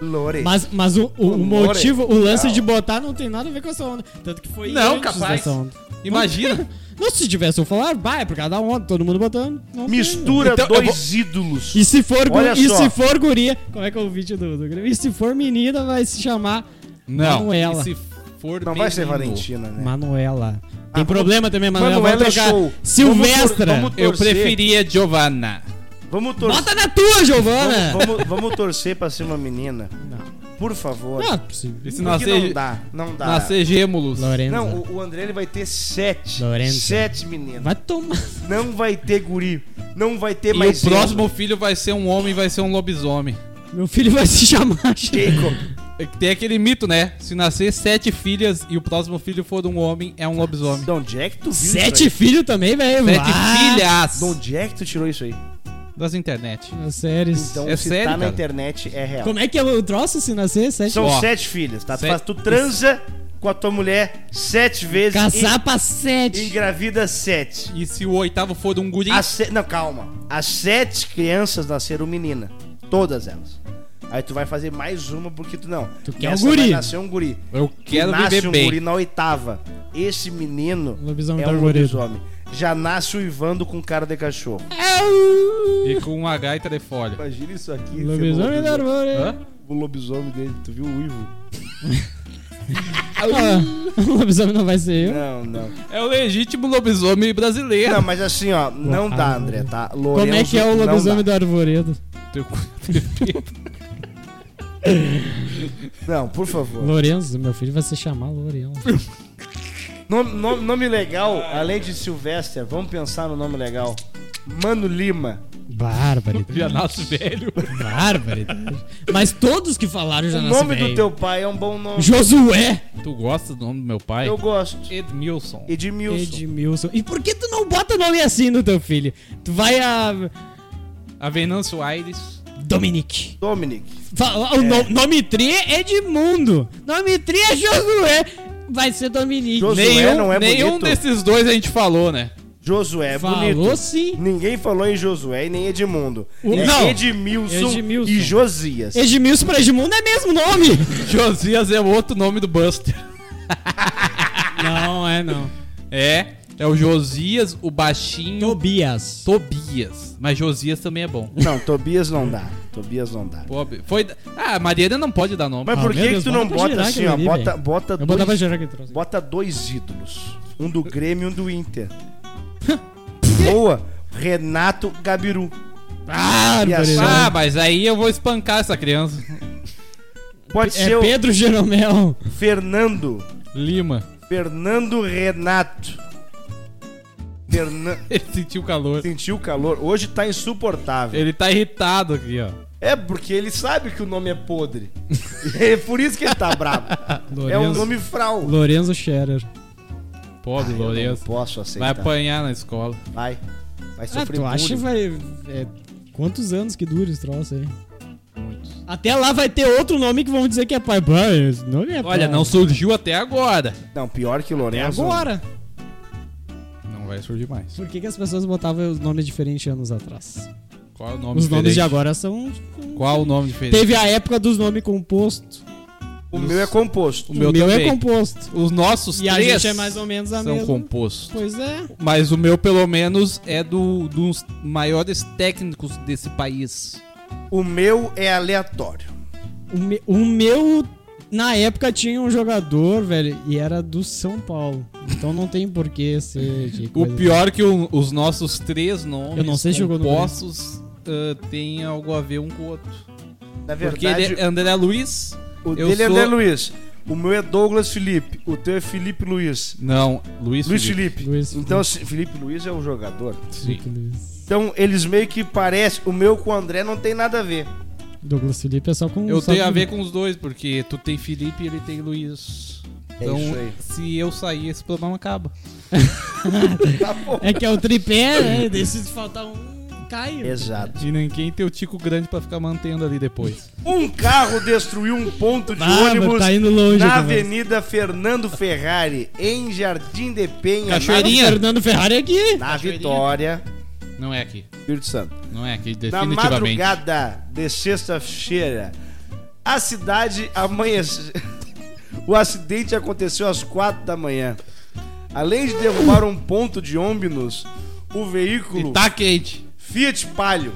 [SPEAKER 1] Lorenzo.
[SPEAKER 2] Mas, mas o,
[SPEAKER 1] O
[SPEAKER 2] o, o
[SPEAKER 1] Lore-
[SPEAKER 2] motivo, o lance
[SPEAKER 1] Não.
[SPEAKER 2] de botar não tem nada a ver com essa onda. Tanto que foi
[SPEAKER 3] Não,
[SPEAKER 2] antes
[SPEAKER 3] capaz.
[SPEAKER 2] dessa onda.
[SPEAKER 3] Imagina.
[SPEAKER 2] Não, se tivesse eu falar, vai, é por causa da onda, todo mundo botando. não tem,
[SPEAKER 1] Mistura
[SPEAKER 3] Então, eu
[SPEAKER 1] dois ídolos.
[SPEAKER 2] E se for, gu-
[SPEAKER 1] Olha
[SPEAKER 2] e
[SPEAKER 1] só.
[SPEAKER 2] se for guria, como é que é o vídeo do, do Grêmio? E se for menina, vai se chamar Manuela.
[SPEAKER 3] E se for
[SPEAKER 1] Não vai ser
[SPEAKER 3] menino?
[SPEAKER 1] Valentina, né?
[SPEAKER 2] Manuela. Tem
[SPEAKER 1] Ah,
[SPEAKER 2] problema também, Manuela.
[SPEAKER 1] Manuela é
[SPEAKER 2] Vamos trocar
[SPEAKER 1] show.
[SPEAKER 2] Silvestra.
[SPEAKER 1] Vamos tor- vamos
[SPEAKER 3] Eu
[SPEAKER 1] torcer.
[SPEAKER 3] preferia Giovanna.
[SPEAKER 1] Vamos torcer.
[SPEAKER 2] Bota na tua, Giovana!
[SPEAKER 1] Vamos, vamos- vamos torcer pra ser uma menina. Por favor.
[SPEAKER 2] Não, é possível.
[SPEAKER 3] E se
[SPEAKER 1] Porque
[SPEAKER 3] nascer,
[SPEAKER 1] não dá, não dá.
[SPEAKER 3] nascer gêmeos?
[SPEAKER 2] Lorenza.
[SPEAKER 1] Não, o, o André ele vai ter sete.
[SPEAKER 2] Lorenzo.
[SPEAKER 1] Sete meninas.
[SPEAKER 2] Vai tomar.
[SPEAKER 1] Não vai ter guri. Não vai ter
[SPEAKER 3] E
[SPEAKER 1] mais.
[SPEAKER 3] o próximo filho vai ser um homem, vai ser um lobisomem.
[SPEAKER 2] Meu filho vai se chamar.
[SPEAKER 1] Jacob.
[SPEAKER 3] É que Tem aquele mito, né? Se nascer sete filhas e o próximo filho for um homem, é um lobisomem.
[SPEAKER 1] Don Jack, tu viu isso
[SPEAKER 2] Sete
[SPEAKER 1] aí?
[SPEAKER 2] filhos também, velho.
[SPEAKER 3] Sete
[SPEAKER 2] Vai.
[SPEAKER 3] filhas!
[SPEAKER 1] Don Jack, tu tirou isso aí.
[SPEAKER 3] Das internet.
[SPEAKER 2] Nas séries.
[SPEAKER 1] Então,
[SPEAKER 3] É
[SPEAKER 1] se
[SPEAKER 3] sério,
[SPEAKER 1] tá na
[SPEAKER 3] cara?
[SPEAKER 1] internet, é real.
[SPEAKER 2] Como é que é o troço se nascer? Sete
[SPEAKER 1] São
[SPEAKER 3] Ó,
[SPEAKER 1] sete filhas, tá? Tu,
[SPEAKER 3] sete-
[SPEAKER 1] faz- tu transa com a tua mulher sete vezes.
[SPEAKER 2] Casar pra
[SPEAKER 1] E
[SPEAKER 2] sete.
[SPEAKER 1] engravida sete.
[SPEAKER 3] E se o oitavo for um guri,
[SPEAKER 1] As se- Não, calma. As sete crianças nasceram menina. Todas elas. Aí tu vai fazer mais uma porque tu não. Tu
[SPEAKER 2] quer um guri.
[SPEAKER 1] Vai nascer um guri.
[SPEAKER 3] eu quero
[SPEAKER 1] nasce
[SPEAKER 3] viver
[SPEAKER 1] um
[SPEAKER 3] bem.
[SPEAKER 1] guri na oitava. Esse menino
[SPEAKER 2] Lobisomem
[SPEAKER 1] é um
[SPEAKER 2] arvoredo.
[SPEAKER 1] lobisomem. Já nasce uivando com cara de cachorro.
[SPEAKER 2] É
[SPEAKER 3] E com um H e telefone.
[SPEAKER 1] Imagina isso aqui.
[SPEAKER 2] Lobisomem é da árvore.
[SPEAKER 3] Hã?
[SPEAKER 1] O lobisomem dele, tu viu o uivo?
[SPEAKER 2] Ah, o lobisomem não vai ser eu.
[SPEAKER 1] Não, não.
[SPEAKER 3] É o legítimo lobisomem brasileiro.
[SPEAKER 1] Não, mas assim, ó, não
[SPEAKER 2] Ah,
[SPEAKER 1] dá,
[SPEAKER 2] meu
[SPEAKER 1] André,
[SPEAKER 2] Deus.
[SPEAKER 1] tá?
[SPEAKER 2] Como é que é o
[SPEAKER 1] Lorenzo, não
[SPEAKER 2] lobisomem
[SPEAKER 1] dá.
[SPEAKER 2] do arvoredo?
[SPEAKER 1] Não, por favor.
[SPEAKER 2] Lorenzo, meu filho vai se chamar Lorenzo.
[SPEAKER 1] Nome, nome- nome legal, além de Sylvester, vamos pensar no nome legal. Mano Lima.
[SPEAKER 2] Barbaridade.
[SPEAKER 3] Já nasce velho.
[SPEAKER 2] Barbaridade. Mas todos que falaram já
[SPEAKER 1] O
[SPEAKER 2] nascem
[SPEAKER 1] nome do
[SPEAKER 2] velho.
[SPEAKER 1] teu pai é um bom nome.
[SPEAKER 2] Josué
[SPEAKER 3] Tu gosta do nome do meu pai?
[SPEAKER 1] Eu gosto.
[SPEAKER 3] Edmilson.
[SPEAKER 1] Edmilson.
[SPEAKER 2] Edmilson. E por que tu não bota nome assim no teu filho? Tu vai a.
[SPEAKER 3] A Venâncio Aires.
[SPEAKER 2] Dominique.
[SPEAKER 1] Dominic.
[SPEAKER 2] Fala- O no- nome tri é Edmundo. Nome tri é Josué. Vai ser Dominique.
[SPEAKER 1] Josué
[SPEAKER 3] nenhum
[SPEAKER 1] não é
[SPEAKER 3] nenhum
[SPEAKER 1] bonito.
[SPEAKER 3] desses dois a gente falou, né?
[SPEAKER 1] Josué é
[SPEAKER 2] Falou
[SPEAKER 1] bonito.
[SPEAKER 2] sim.
[SPEAKER 1] Ninguém falou em Josué e nem Edmundo.
[SPEAKER 2] O-
[SPEAKER 1] É
[SPEAKER 2] não.
[SPEAKER 1] Edmilson,
[SPEAKER 2] Edmilson.
[SPEAKER 1] e Josias.
[SPEAKER 2] Edmilson pra Edmundo é mesmo nome.
[SPEAKER 3] Josias é o outro nome do Buster.
[SPEAKER 2] não, é não.
[SPEAKER 3] É, é o Josias, o baixinho
[SPEAKER 2] Tobias.
[SPEAKER 3] Tobias. Mas Josias também é bom.
[SPEAKER 1] Não, Tobias não dá. Tobias não dá.
[SPEAKER 3] Pobre. Foi. Ah, a Mariana não pode dar nome.
[SPEAKER 1] Mas
[SPEAKER 2] Ah,
[SPEAKER 1] por que,
[SPEAKER 2] meu
[SPEAKER 1] que
[SPEAKER 2] Deus,
[SPEAKER 1] tu não
[SPEAKER 2] bota pra
[SPEAKER 1] bota
[SPEAKER 2] girar
[SPEAKER 1] assim,
[SPEAKER 2] aquilo
[SPEAKER 1] ó?
[SPEAKER 2] ali,
[SPEAKER 1] Bota,
[SPEAKER 2] velho.
[SPEAKER 1] bota,
[SPEAKER 2] Eu botava
[SPEAKER 1] dois,
[SPEAKER 2] gerar que trouxe.
[SPEAKER 1] bota dois ídolos. Um do Grêmio e um do Inter. Boa. Renato Gabiru.
[SPEAKER 3] Ah,
[SPEAKER 2] Barbaridade.
[SPEAKER 3] mas aí eu vou espancar essa criança.
[SPEAKER 1] Pode ser
[SPEAKER 2] É
[SPEAKER 1] o
[SPEAKER 2] Pedro Jeromel.
[SPEAKER 1] Fernando.
[SPEAKER 3] Lima.
[SPEAKER 1] Fernando Renato. Fernan...
[SPEAKER 3] Ele sentiu calor.
[SPEAKER 1] Sentiu o calor. Hoje tá insuportável.
[SPEAKER 3] Ele tá irritado aqui, ó.
[SPEAKER 1] É porque ele sabe que o nome é podre. é por isso que ele tá bravo. é um
[SPEAKER 2] Lourenço-
[SPEAKER 1] nome frau.
[SPEAKER 2] Lourenzo Scherer.
[SPEAKER 3] Pobre
[SPEAKER 1] Eu não
[SPEAKER 3] Lourenço.
[SPEAKER 1] posso
[SPEAKER 3] Vai
[SPEAKER 1] aceitar.
[SPEAKER 3] apanhar na escola.
[SPEAKER 1] Vai. Vai
[SPEAKER 2] Ah,
[SPEAKER 1] sofrer
[SPEAKER 2] tu acha que
[SPEAKER 1] bullying.
[SPEAKER 2] vai. é, quantos anos que dura esse troço aí? Até lá vai ter outro nome que vão dizer que é pai. Bah, esse nome é
[SPEAKER 3] Olha,
[SPEAKER 2] pai.
[SPEAKER 3] não surgiu até agora.
[SPEAKER 1] Não, pior que o
[SPEAKER 2] É
[SPEAKER 1] Lourenço.
[SPEAKER 2] agora.
[SPEAKER 3] Não vai surgir mais.
[SPEAKER 2] Por que, que as pessoas botavam os nomes diferentes anos atrás?
[SPEAKER 3] Qual é o nome
[SPEAKER 2] Os nomes
[SPEAKER 3] diferente?
[SPEAKER 2] de agora são. com-
[SPEAKER 3] Qual o nome diferente?
[SPEAKER 2] Teve a época dos nomes compostos.
[SPEAKER 1] O meu é composto.
[SPEAKER 2] O meu, é
[SPEAKER 3] também.
[SPEAKER 2] composto.
[SPEAKER 3] Os nossos
[SPEAKER 2] e a
[SPEAKER 3] três
[SPEAKER 2] gente é mais ou menos a
[SPEAKER 3] são
[SPEAKER 2] mesma.
[SPEAKER 3] compostos.
[SPEAKER 2] Pois é.
[SPEAKER 3] Mas o meu, pelo menos, é do, dos maiores técnicos desse país.
[SPEAKER 1] O meu é aleatório.
[SPEAKER 2] O, me- o meu, na época, tinha um jogador, velho, e era do São Paulo. Então não tem porquê ser de
[SPEAKER 3] O
[SPEAKER 2] coisa-
[SPEAKER 3] pior que o- os nossos três nomes
[SPEAKER 2] Eu não sei se jogou no
[SPEAKER 3] compostos ah, têm algo a ver um com o outro.
[SPEAKER 1] Na
[SPEAKER 3] Porque
[SPEAKER 1] verdade,
[SPEAKER 3] ele é André Luiz...
[SPEAKER 1] o
[SPEAKER 3] eu
[SPEAKER 1] dele é
[SPEAKER 3] sou-
[SPEAKER 1] André Luiz. O meu é Douglas Felipe. O teu é Felipe Luiz.
[SPEAKER 3] Não, Luiz,
[SPEAKER 1] Luiz
[SPEAKER 3] Felipe.
[SPEAKER 1] Felipe.
[SPEAKER 2] Luiz Felipe.
[SPEAKER 1] então, se- Felipe Luiz é o jogador.
[SPEAKER 3] Sim.
[SPEAKER 1] Então, eles meio que parecem. O meu com o André não tem nada a ver.
[SPEAKER 2] Douglas Felipe é só com
[SPEAKER 3] Eu
[SPEAKER 2] só
[SPEAKER 3] tenho a
[SPEAKER 2] com-
[SPEAKER 3] ver com os dois, porque tu tem Felipe e ele tem Luiz.
[SPEAKER 1] É
[SPEAKER 3] Então,
[SPEAKER 1] isso aí.
[SPEAKER 3] se eu sair, esse problema acaba.
[SPEAKER 1] Tá bom.
[SPEAKER 2] É que é o tripé, né? Decide faltar um. Cai.
[SPEAKER 1] Exato.
[SPEAKER 3] Imagina quem tem o Tico grande pra ficar mantendo ali depois.
[SPEAKER 1] Um carro destruiu um ponto de
[SPEAKER 2] Ah, mas
[SPEAKER 1] ônibus
[SPEAKER 2] tá indo longe.
[SPEAKER 1] na
[SPEAKER 2] a conversa.
[SPEAKER 1] Avenida Fernando Ferrari, em Jardim de Penha, na-
[SPEAKER 3] Cachoeirinha.
[SPEAKER 2] Fernando Ferrari é aqui.
[SPEAKER 1] na Vitória,
[SPEAKER 4] Não é aqui.
[SPEAKER 1] Espírito Santo.
[SPEAKER 4] Não é aqui,
[SPEAKER 1] Na
[SPEAKER 4] definitivamente.
[SPEAKER 1] madrugada de sexta-feira, a cidade amanheceu. O acidente aconteceu às quatro da manhã. Além de derrubar um ponto de ônibus, o veículo
[SPEAKER 3] E tá quente.
[SPEAKER 1] Fiat Palio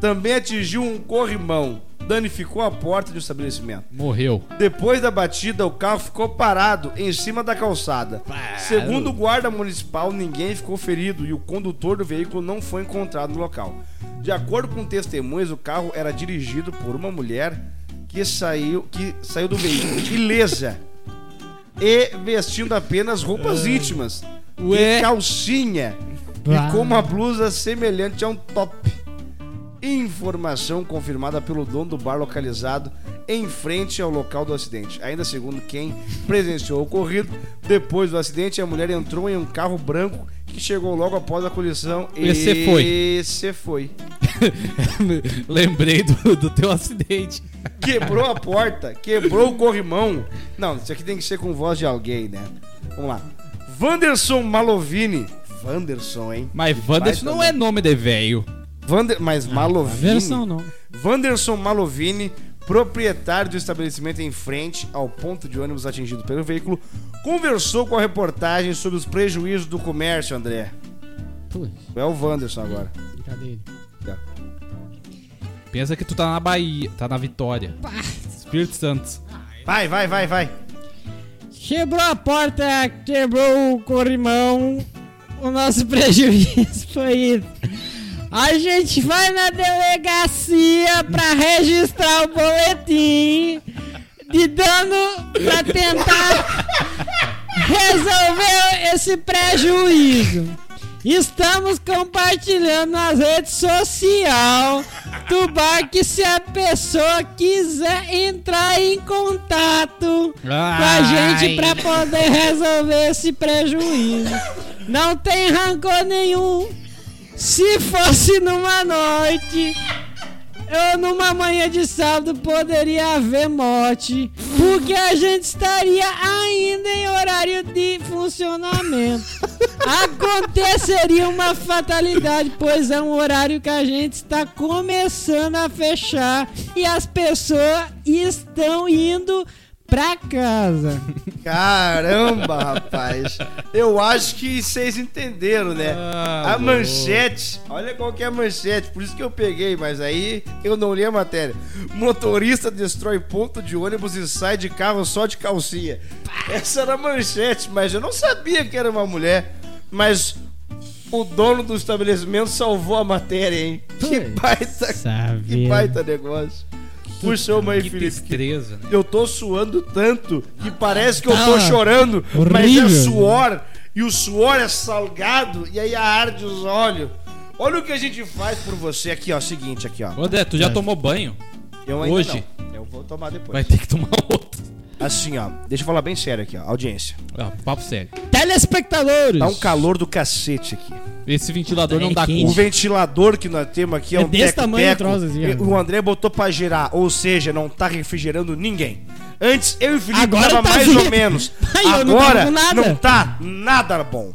[SPEAKER 1] também atingiu um corrimão, danificou a porta do estabelecimento.
[SPEAKER 4] Morreu.
[SPEAKER 1] Depois da batida, o carro ficou parado em cima da calçada. Segundo o guarda municipal, ninguém ficou ferido e o condutor do veículo não foi encontrado no local. De acordo com testemunhas, o carro era dirigido por uma mulher que saiu, que saiu do veículo ilesa e vestindo apenas roupas íntimas e
[SPEAKER 3] Ué?
[SPEAKER 1] calcinha
[SPEAKER 2] Ah.
[SPEAKER 1] e com uma blusa semelhante a um top. Informação confirmada pelo dono do bar localizado em frente ao local do acidente. Ainda segundo quem presenciou o ocorrido, depois do acidente, a mulher entrou em um carro branco que chegou logo após a colisão
[SPEAKER 3] E se foi.
[SPEAKER 1] E se foi.
[SPEAKER 3] Lembrei do, do teu acidente.
[SPEAKER 1] Quebrou a porta, quebrou o corrimão. Não, isso aqui tem que ser com voz de alguém, né? Vamos lá. Vanderson Malovini. Vanderson, hein?
[SPEAKER 3] Mas Wanderson
[SPEAKER 1] Vai
[SPEAKER 3] não é nome de velho.
[SPEAKER 1] Vander... Mas Malovini.
[SPEAKER 2] Versão não.
[SPEAKER 1] Wanderson Malovini, proprietário do estabelecimento em frente ao ponto de ônibus atingido pelo veículo, conversou com a reportagem sobre os prejuízos do comércio, André.
[SPEAKER 2] Pô,
[SPEAKER 1] É o Wanderson agora.
[SPEAKER 2] cadê ele?
[SPEAKER 1] Tá.
[SPEAKER 3] Pensa que tu tá na Bahia, tá na Vitória. Espírito Santo.
[SPEAKER 1] Vai, vai, vai, vai.
[SPEAKER 2] Quebrou a porta, quebrou o corrimão. O nosso prejuízo foi isso. A gente vai na delegacia pra registrar o boletim de dano pra tentar resolver esse prejuízo. Estamos compartilhando nas redes sociais. Tubac, se a pessoa quiser entrar em contato com a gente
[SPEAKER 5] Ai.
[SPEAKER 2] pra poder resolver esse prejuízo. Não tem rancor nenhum. Se fosse numa noite ou numa manhã de sábado, poderia haver morte, porque a gente estaria ainda em horário de funcionamento. Aconteceria uma fatalidade, pois é um horário que a gente está começando a fechar e as pessoas estão indo pra casa.
[SPEAKER 1] Caramba, rapaz. Eu acho que vocês entenderam, né?
[SPEAKER 3] Ah,
[SPEAKER 1] a
[SPEAKER 3] bom.
[SPEAKER 1] manchete. Olha qual que é a manchete. Por isso que eu peguei, mas aí eu não li a matéria. Motorista destrói ponto de ônibus e sai de carro só de calcinha. Essa era a manchete, mas eu não sabia que era uma mulher. Mas o dono do estabelecimento salvou a matéria, hein? Que
[SPEAKER 2] Putz,
[SPEAKER 1] baita, que
[SPEAKER 2] sabe.
[SPEAKER 1] baita negócio. Puxa uma aí, Felipe. que
[SPEAKER 3] destreza. né?
[SPEAKER 1] eu tô suando tanto que parece que eu tô
[SPEAKER 2] Tá
[SPEAKER 1] chorando, mas é
[SPEAKER 2] horrível.
[SPEAKER 1] suor e o suor é salgado e aí arde os olhos. Olha o que a gente faz por você aqui, ó. Seguinte, aqui, ó.
[SPEAKER 3] Ô, Dé,
[SPEAKER 2] É.
[SPEAKER 3] tu já tomou banho?
[SPEAKER 1] Eu ainda
[SPEAKER 3] Hoje?
[SPEAKER 1] não. Eu vou tomar depois.
[SPEAKER 3] Vai ter que tomar outro.
[SPEAKER 1] Assim, ó. Deixa eu falar bem sério aqui, ó. Audiência.
[SPEAKER 3] Ah, papo sério.
[SPEAKER 2] Telespectadores!
[SPEAKER 1] Tá um calor do cacete aqui.
[SPEAKER 3] Esse ventilador não
[SPEAKER 2] É
[SPEAKER 3] dá
[SPEAKER 2] quente.
[SPEAKER 1] O
[SPEAKER 3] cu.
[SPEAKER 1] ventilador que nós temos aqui é,
[SPEAKER 2] É
[SPEAKER 1] um
[SPEAKER 2] desse
[SPEAKER 1] teco-teco.
[SPEAKER 2] tamanho o troço, assim, ó.
[SPEAKER 1] O André botou pra girar, ou seja, não tá refrigerando ninguém. Antes eu e o Felipe
[SPEAKER 2] Agora
[SPEAKER 1] tava
[SPEAKER 2] tá
[SPEAKER 1] mais
[SPEAKER 2] vindo.
[SPEAKER 1] ou menos.
[SPEAKER 2] Ai, eu não
[SPEAKER 1] Agora
[SPEAKER 2] tava com nada.
[SPEAKER 1] não tá nada bom.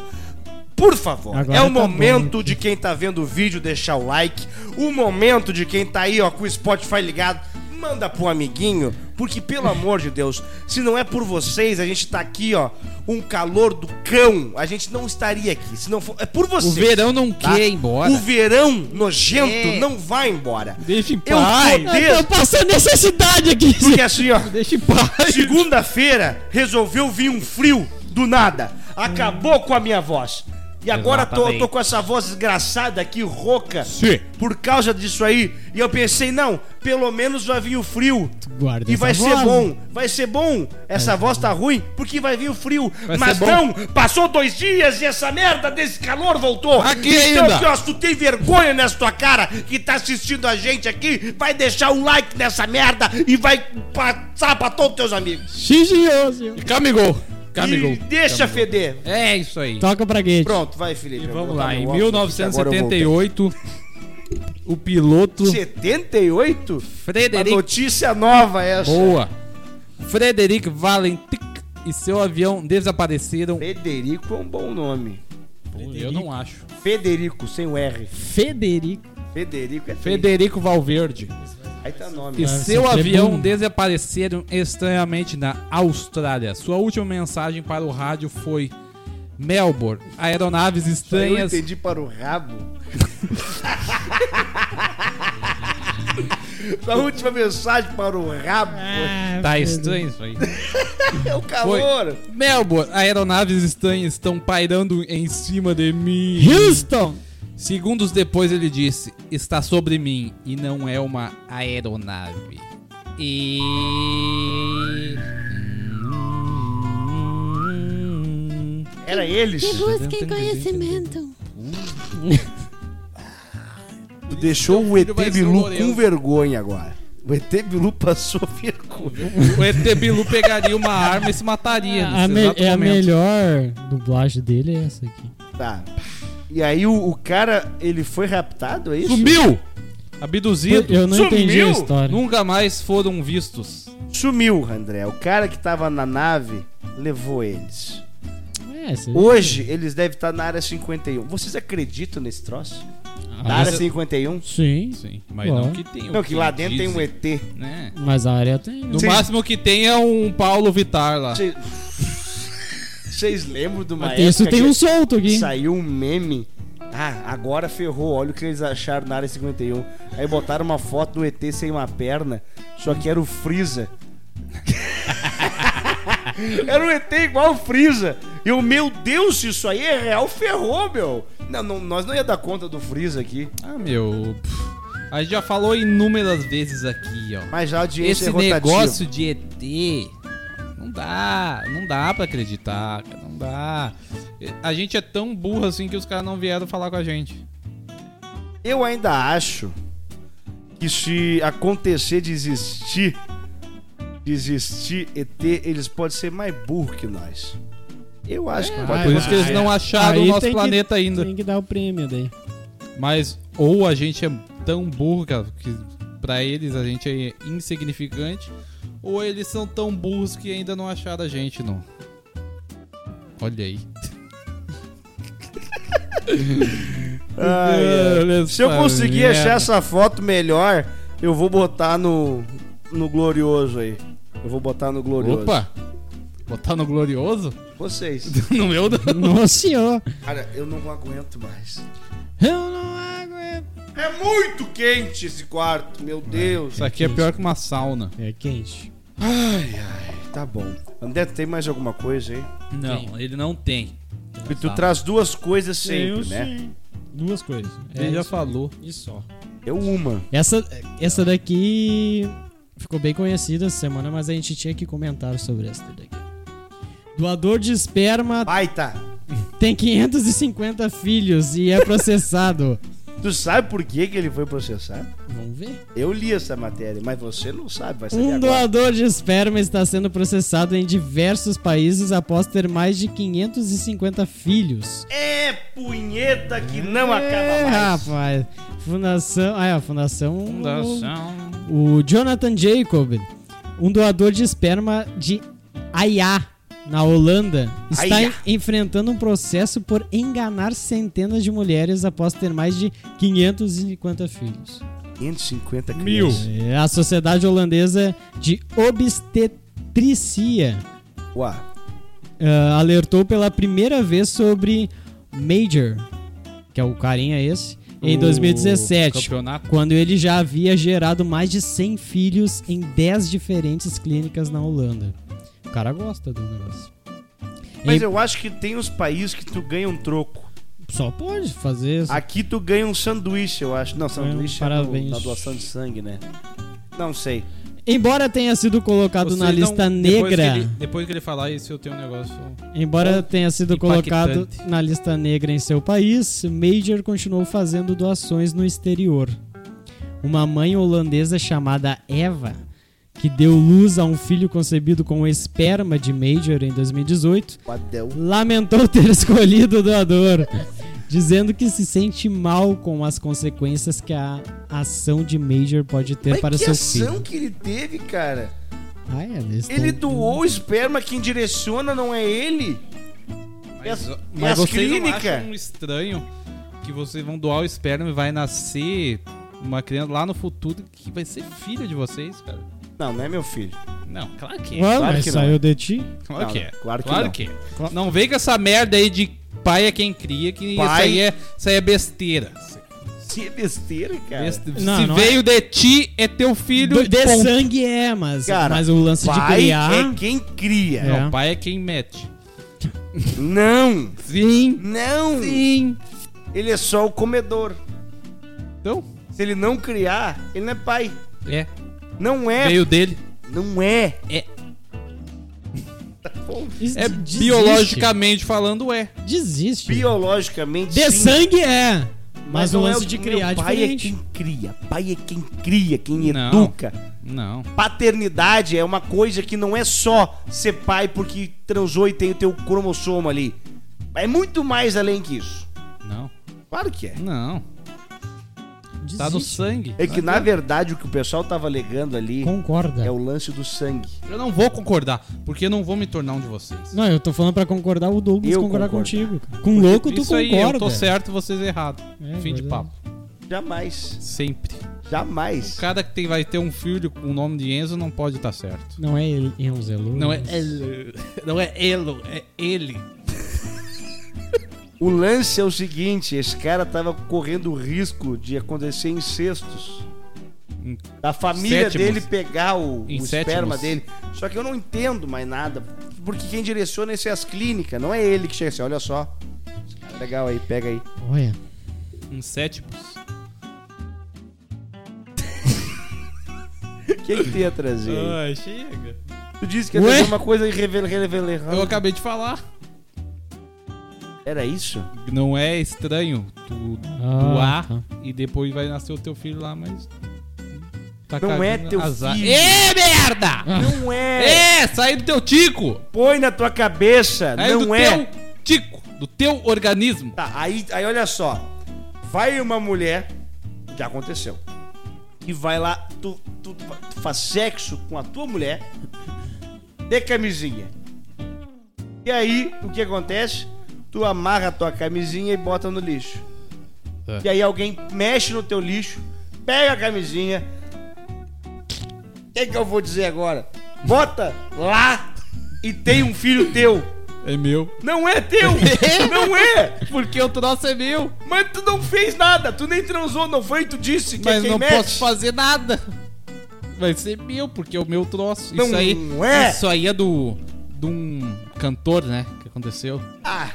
[SPEAKER 1] Por favor,
[SPEAKER 2] Agora
[SPEAKER 1] é o
[SPEAKER 2] tá bom,
[SPEAKER 1] momento
[SPEAKER 2] gente.
[SPEAKER 1] de quem tá vendo o vídeo deixar o like, o momento de quem tá aí ó com o Spotify ligado, manda pro amiguinho, porque pelo amor de Deus, se não é por vocês, a gente tá aqui ó, um calor do cão, a gente não estaria aqui, se não for, é por
[SPEAKER 3] O
[SPEAKER 1] vocês.
[SPEAKER 3] verão não
[SPEAKER 1] Tá?
[SPEAKER 3] quer ir embora. É.
[SPEAKER 1] O verão nojento não vai embora.
[SPEAKER 3] Deixa em
[SPEAKER 1] Eu
[SPEAKER 3] paz.
[SPEAKER 1] tô desde-
[SPEAKER 2] Eu tô passando necessidade aqui!
[SPEAKER 1] Porque assim, ó,
[SPEAKER 3] Deixa em paz.
[SPEAKER 1] segunda-feira resolveu vir um frio do nada. Acabou com a minha voz. E agora tô,
[SPEAKER 3] Exatamente.
[SPEAKER 1] tô com essa voz desgraçada aqui, rouca,
[SPEAKER 3] Sim.
[SPEAKER 1] por causa disso aí. E eu pensei, não, pelo menos vai vir o frio.
[SPEAKER 2] Guarda
[SPEAKER 1] E vai
[SPEAKER 2] essa
[SPEAKER 1] ser
[SPEAKER 2] voz.
[SPEAKER 1] bom, vai ser bom. Essa voz tá ruim porque vai vir o frio.
[SPEAKER 3] Vai
[SPEAKER 1] Mas
[SPEAKER 3] ser bom.
[SPEAKER 1] não, passou dois dias e essa merda desse calor voltou.
[SPEAKER 3] Aqui
[SPEAKER 1] então,
[SPEAKER 3] ainda.
[SPEAKER 1] Pios, tu tem vergonha nessa tua cara que tá assistindo a gente aqui? Vai deixar o like nessa merda e vai passar pra todos teus amigos.
[SPEAKER 2] Xingou, senhor.
[SPEAKER 3] Camigol.
[SPEAKER 1] e deixa feder.
[SPEAKER 3] É isso aí.
[SPEAKER 2] Toca pra gate.
[SPEAKER 1] Pronto, vai, Felipe. Tá. Eu
[SPEAKER 3] Vamos
[SPEAKER 1] vou botar
[SPEAKER 3] lá, em
[SPEAKER 1] meu óculos, agora eu voltei.
[SPEAKER 3] 1978, o piloto
[SPEAKER 1] 78? Uma
[SPEAKER 3] Frederic
[SPEAKER 1] notícia nova é essa.
[SPEAKER 3] Boa, Frederic Valentic e seu avião desapareceram.
[SPEAKER 1] Federico é um bom nome.
[SPEAKER 3] Eu não acho.
[SPEAKER 1] Federico, sem o R.
[SPEAKER 2] Federico.
[SPEAKER 1] Federico é Federico.
[SPEAKER 3] Frederico Valverde
[SPEAKER 1] Aí tá nome.
[SPEAKER 3] e
[SPEAKER 1] né?
[SPEAKER 2] Deve
[SPEAKER 3] seu
[SPEAKER 2] ser
[SPEAKER 3] avião
[SPEAKER 2] bom.
[SPEAKER 3] desapareceram estranhamente na Austrália. Sua última mensagem para o rádio foi: Melbourne, aeronaves
[SPEAKER 1] Eu
[SPEAKER 3] estranhas.
[SPEAKER 1] entendi para o rabo. A última mensagem para o rabo.
[SPEAKER 3] Tá estranho isso aí.
[SPEAKER 1] É o calor.
[SPEAKER 3] Melbourne, aeronaves estranhas estão pairando em cima de mim.
[SPEAKER 2] Houston.
[SPEAKER 3] Segundos depois ele disse: Está sobre mim e não é uma aeronave. E.
[SPEAKER 1] Era eles.
[SPEAKER 5] Que busquem conhecimento.
[SPEAKER 1] Tu deixou o ET
[SPEAKER 3] filho vai ser
[SPEAKER 1] Bilu
[SPEAKER 3] lourenço.
[SPEAKER 1] com vergonha agora. O ET Bilu passou vergonha.
[SPEAKER 3] O ET Bilu pegaria uma arma e se mataria.
[SPEAKER 2] A,
[SPEAKER 3] nesse
[SPEAKER 2] me-
[SPEAKER 3] exato
[SPEAKER 2] é a
[SPEAKER 3] momento.
[SPEAKER 2] melhor dublagem dele é essa aqui.
[SPEAKER 1] Tá. E aí o, o cara, ele foi raptado, é isso?
[SPEAKER 3] Sumiu! Abduzido.
[SPEAKER 2] Eu não
[SPEAKER 1] Sumiu?
[SPEAKER 2] entendi a história.
[SPEAKER 3] Nunca mais foram vistos.
[SPEAKER 1] Sumiu, André. O cara que tava na nave levou eles.
[SPEAKER 2] É,
[SPEAKER 1] Hum.
[SPEAKER 2] você-
[SPEAKER 1] Hoje eles devem estar na área 51. Vocês acreditam nesse troço? Na
[SPEAKER 2] Ah,
[SPEAKER 1] área
[SPEAKER 2] você-
[SPEAKER 1] 51?
[SPEAKER 2] Sim.
[SPEAKER 3] Sim, mas
[SPEAKER 2] Bom.
[SPEAKER 3] não que tem. o
[SPEAKER 1] assim- Não, que lá dentro tem um
[SPEAKER 3] dizem,
[SPEAKER 1] ET.
[SPEAKER 3] Né?
[SPEAKER 2] Mas a área tem. né?
[SPEAKER 3] No máximo que tem é um Paulo Vittar lá.
[SPEAKER 1] Vocês- Vocês lembram de uma
[SPEAKER 2] Isso
[SPEAKER 1] época
[SPEAKER 2] tem um
[SPEAKER 1] que
[SPEAKER 2] solto aqui.
[SPEAKER 1] saiu um meme? Ah, agora ferrou, olha o que eles acharam na área 51. Aí botaram uma foto do ET sem uma perna, só que era o Freeza. era um ET igual o Freeza. E eu, meu Deus, se isso aí é real, ferrou, meu. Não, não, nós não ia dar conta do Freeza aqui.
[SPEAKER 3] Ah, meu. pff. A gente já falou inúmeras vezes aqui, ó.
[SPEAKER 1] Mas é a audiência
[SPEAKER 3] Esse
[SPEAKER 1] é rotativa.
[SPEAKER 3] negócio de ET não dá, não dá pra acreditar. cara. Não, Bah. A gente é tão burro assim que os caras não vieram falar com a gente.
[SPEAKER 1] Eu ainda acho que se acontecer de existir, de existir ET, eles podem ser mais burros que nós. Eu acho que
[SPEAKER 3] Mas
[SPEAKER 1] pode
[SPEAKER 3] É, por
[SPEAKER 1] ser.
[SPEAKER 3] isso que eles não acharam o
[SPEAKER 2] Aí
[SPEAKER 3] nosso
[SPEAKER 2] tem que-
[SPEAKER 3] planeta ainda.
[SPEAKER 2] Tem que dar o prêmio daí.
[SPEAKER 3] Mas ou a gente é tão burro, cara, que pra eles a gente é insignificante, ou eles são tão burros que ainda não acharam a gente, não. Olha aí.
[SPEAKER 1] Ai, ai.
[SPEAKER 3] Olha é.
[SPEAKER 1] Se eu
[SPEAKER 3] essa
[SPEAKER 1] conseguir
[SPEAKER 3] merda.
[SPEAKER 1] achar essa foto melhor, eu vou botar no, no Glorioso aí. Eu vou botar no Glorioso.
[SPEAKER 3] Opa! Botar no glorioso?
[SPEAKER 1] Vocês.
[SPEAKER 3] No meu não.
[SPEAKER 2] Nossa senhora.
[SPEAKER 1] Cara, eu não aguento mais.
[SPEAKER 2] Eu não aguento.
[SPEAKER 1] É muito quente esse quarto, meu Deus.
[SPEAKER 3] Isso aqui é pior que uma sauna.
[SPEAKER 2] É quente.
[SPEAKER 1] Tá bom. André, tem mais alguma coisa aí?
[SPEAKER 4] Não, ele não tem.
[SPEAKER 1] E tu traz duas coisas sempre,
[SPEAKER 2] Eu
[SPEAKER 3] um
[SPEAKER 1] né?
[SPEAKER 2] sim. Duas coisas.
[SPEAKER 1] É
[SPEAKER 3] Ele já falou.
[SPEAKER 2] É Isso só.
[SPEAKER 1] Eu uma.
[SPEAKER 2] Essa, essa daqui ficou bem conhecida essa semana, mas a gente tinha que comentar sobre essa daqui. Doador de esperma
[SPEAKER 1] Baita.
[SPEAKER 2] tem 550 filhos e é processado.
[SPEAKER 1] Tu sabe por que, que ele foi processado?
[SPEAKER 2] Vamos ver.
[SPEAKER 1] Eu li essa matéria, mas você não sabe, vai saber
[SPEAKER 2] Um
[SPEAKER 1] agora.
[SPEAKER 2] doador de esperma está sendo processado em diversos países após ter mais de 550 filhos.
[SPEAKER 1] É punheta que não
[SPEAKER 2] É,
[SPEAKER 1] acaba Tá mais.
[SPEAKER 2] rapaz. Fundação. Ah, é, a Fundação. O Jonathan Jacob, um doador de esperma de Aiá, na Holanda, está
[SPEAKER 1] Aiá.
[SPEAKER 2] en- enfrentando um processo por enganar centenas de mulheres após ter mais de 550 filhos.
[SPEAKER 1] 550
[SPEAKER 3] Mil.
[SPEAKER 1] crianças.
[SPEAKER 2] É, a Sociedade Holandesa de Obstetricia
[SPEAKER 1] Uá.
[SPEAKER 2] ah, alertou pela primeira vez sobre Major, que é o carinha esse, em
[SPEAKER 3] O
[SPEAKER 2] 2017,
[SPEAKER 3] Campeonato.
[SPEAKER 2] quando ele já havia gerado mais de 100 filhos em 10 diferentes clínicas na Holanda. O cara gosta do negócio.
[SPEAKER 1] Mas
[SPEAKER 2] Em-
[SPEAKER 1] eu acho que tem uns países que tu ganha um troco.
[SPEAKER 2] Só pode fazer isso.
[SPEAKER 1] Aqui tu ganha um sanduíche, eu acho. Não, sanduíche é no-
[SPEAKER 2] parabéns.
[SPEAKER 1] na doação de sangue, né? Não sei.
[SPEAKER 2] Embora tenha sido colocado
[SPEAKER 3] Vocês
[SPEAKER 2] na
[SPEAKER 3] não-
[SPEAKER 2] lista
[SPEAKER 3] depois
[SPEAKER 2] negra.
[SPEAKER 3] que ele- depois que ele falar isso, eu tenho um negócio.
[SPEAKER 2] Embora tenha sido
[SPEAKER 3] Impactante.
[SPEAKER 2] colocado na lista negra em seu país, Major continuou fazendo doações no exterior. Uma mãe holandesa chamada Eva, que deu luz a um filho concebido com esperma de Major em 2018,
[SPEAKER 1] Padel.
[SPEAKER 2] lamentou ter escolhido o doador, dizendo que se sente mal com as consequências que a ação de Major pode ter
[SPEAKER 1] Mas
[SPEAKER 2] para
[SPEAKER 1] que
[SPEAKER 2] seu
[SPEAKER 1] ação
[SPEAKER 2] filho.
[SPEAKER 1] que ele teve, cara?
[SPEAKER 2] Ah, é, eles
[SPEAKER 1] Ele
[SPEAKER 2] tão-
[SPEAKER 1] doou o esperma, quem direciona não é ele?
[SPEAKER 3] Mas,
[SPEAKER 1] as- e as
[SPEAKER 3] mas vocês não
[SPEAKER 1] clínicas?
[SPEAKER 3] acham estranho que vocês vão doar o esperma e vai nascer uma criança lá no futuro que vai ser filha de vocês, cara?
[SPEAKER 1] Não, não é meu filho.
[SPEAKER 3] Não, claro que é.
[SPEAKER 2] Ué, mas
[SPEAKER 1] que não.
[SPEAKER 2] saiu de ti?
[SPEAKER 3] Claro
[SPEAKER 1] Não,
[SPEAKER 3] que é.
[SPEAKER 1] claro que não.
[SPEAKER 3] é. Não vem com essa merda aí de pai é quem cria, que
[SPEAKER 1] Pai-
[SPEAKER 3] isso aí é, isso aí é besteira.
[SPEAKER 1] Isso é besteira, cara.
[SPEAKER 3] Beste-
[SPEAKER 2] Não,
[SPEAKER 3] Se
[SPEAKER 2] não é.
[SPEAKER 3] veio de ti, é teu filho.
[SPEAKER 2] Do, de
[SPEAKER 3] ponto.
[SPEAKER 2] sangue é, mas,
[SPEAKER 1] Cara,
[SPEAKER 2] mas o lance de
[SPEAKER 1] Pai
[SPEAKER 2] criar.
[SPEAKER 1] é quem cria.
[SPEAKER 2] É.
[SPEAKER 3] Não, pai é quem mete.
[SPEAKER 1] Não,
[SPEAKER 3] Sim.
[SPEAKER 1] não.
[SPEAKER 3] Sim.
[SPEAKER 1] Ele é só o comedor.
[SPEAKER 3] Então,
[SPEAKER 1] Se ele não criar, ele não é pai.
[SPEAKER 3] é.
[SPEAKER 1] Não é.
[SPEAKER 3] Veio dele.
[SPEAKER 1] Não é.
[SPEAKER 2] Isso
[SPEAKER 3] É
[SPEAKER 2] desiste.
[SPEAKER 3] biologicamente falando, é.
[SPEAKER 2] Desiste.
[SPEAKER 1] Biologicamente, sim.
[SPEAKER 2] de sangue é. Mas, o
[SPEAKER 1] não é
[SPEAKER 2] lance
[SPEAKER 1] o-
[SPEAKER 2] de
[SPEAKER 1] meu,
[SPEAKER 2] criar é
[SPEAKER 1] Pai
[SPEAKER 2] diferente.
[SPEAKER 1] é quem cria. Pai é quem cria, quem
[SPEAKER 3] Não.
[SPEAKER 1] educa.
[SPEAKER 3] Não.
[SPEAKER 1] paternidade é uma coisa que não é só ser pai porque transou e tem o teu cromossomo ali. É muito mais além que isso.
[SPEAKER 3] Não.
[SPEAKER 1] Claro que é.
[SPEAKER 3] Não. Tá no
[SPEAKER 2] Desiste.
[SPEAKER 3] sangue.
[SPEAKER 1] É que na verdade o que o pessoal tava alegando ali
[SPEAKER 2] Concorda.
[SPEAKER 1] é o lance do sangue.
[SPEAKER 3] Eu não vou concordar, porque eu não vou me tornar um de vocês.
[SPEAKER 2] Não, eu tô falando pra concordar o Douglas
[SPEAKER 1] Eu
[SPEAKER 2] concordar
[SPEAKER 1] concordo.
[SPEAKER 2] contigo. Com louco tu
[SPEAKER 3] Isso
[SPEAKER 2] concorda.
[SPEAKER 3] aí, eu tô certo, vocês errado.
[SPEAKER 2] É,
[SPEAKER 3] Fim de
[SPEAKER 2] verdade.
[SPEAKER 3] papo.
[SPEAKER 1] Jamais.
[SPEAKER 3] Sempre.
[SPEAKER 1] Jamais.
[SPEAKER 3] O cara que tem- vai ter um filho com o nome de Enzo não pode estar certo.
[SPEAKER 2] Não é ele, Enzo, é Lu.
[SPEAKER 3] Não é ele. Não é Elo, é ele.
[SPEAKER 1] O lance é o seguinte, esse cara tava correndo o risco de acontecer incestos.
[SPEAKER 3] Hum.
[SPEAKER 1] Da família
[SPEAKER 3] Sétimos.
[SPEAKER 1] dele pegar o, o
[SPEAKER 3] Em
[SPEAKER 1] esperma
[SPEAKER 3] sétimos.
[SPEAKER 1] dele. Só que eu não entendo mais nada. Porque quem direciona isso é as clínicas, não é ele que chega assim, olha só. Esse cara é Legal aí, pega aí.
[SPEAKER 2] Olha.
[SPEAKER 3] Um sétipos.
[SPEAKER 1] O que, é que tem a trazer?
[SPEAKER 3] Ah.
[SPEAKER 1] aí?
[SPEAKER 3] chega.
[SPEAKER 1] Tu disse que ia
[SPEAKER 2] Ué?
[SPEAKER 1] trazer uma coisa irrevelável.
[SPEAKER 3] Eu acabei de falar.
[SPEAKER 1] Era isso?
[SPEAKER 3] Não é estranho tu
[SPEAKER 2] Ah,
[SPEAKER 3] doar e depois vai nascer o teu filho lá, mas. tá
[SPEAKER 1] Não é
[SPEAKER 3] cagando
[SPEAKER 1] teu
[SPEAKER 3] azar.
[SPEAKER 1] filho.
[SPEAKER 3] Ê, merda!
[SPEAKER 1] Não é!
[SPEAKER 3] É, saiu do teu tico!
[SPEAKER 1] Põe na tua cabeça,
[SPEAKER 3] Saiu
[SPEAKER 1] não
[SPEAKER 3] do
[SPEAKER 1] é!
[SPEAKER 3] teu tico, do teu organismo.
[SPEAKER 1] Tá, aí, aí olha só. Vai uma mulher, já aconteceu, e vai lá, tu, tu, tu faz sexo com a tua mulher, de camisinha. E aí, o que acontece? Tu amarra a tua camisinha e bota no lixo.
[SPEAKER 3] É.
[SPEAKER 1] E aí alguém mexe no teu lixo, pega a camisinha. O que, que eu vou dizer agora? Bota lá e tem um filho teu.
[SPEAKER 3] É meu.
[SPEAKER 1] Não é teu! não é!
[SPEAKER 3] Porque o troço é meu,
[SPEAKER 1] Mas tu não fez nada, tu nem transou, não foi? Tu disse que é
[SPEAKER 3] mas
[SPEAKER 1] quem
[SPEAKER 3] não
[SPEAKER 1] mexe.
[SPEAKER 3] posso fazer nada. Vai ser meu, porque é o meu troço.
[SPEAKER 1] Não
[SPEAKER 3] isso aí.
[SPEAKER 1] é.
[SPEAKER 3] Isso aí é do. de um cantor, né? Que aconteceu.
[SPEAKER 1] Ah,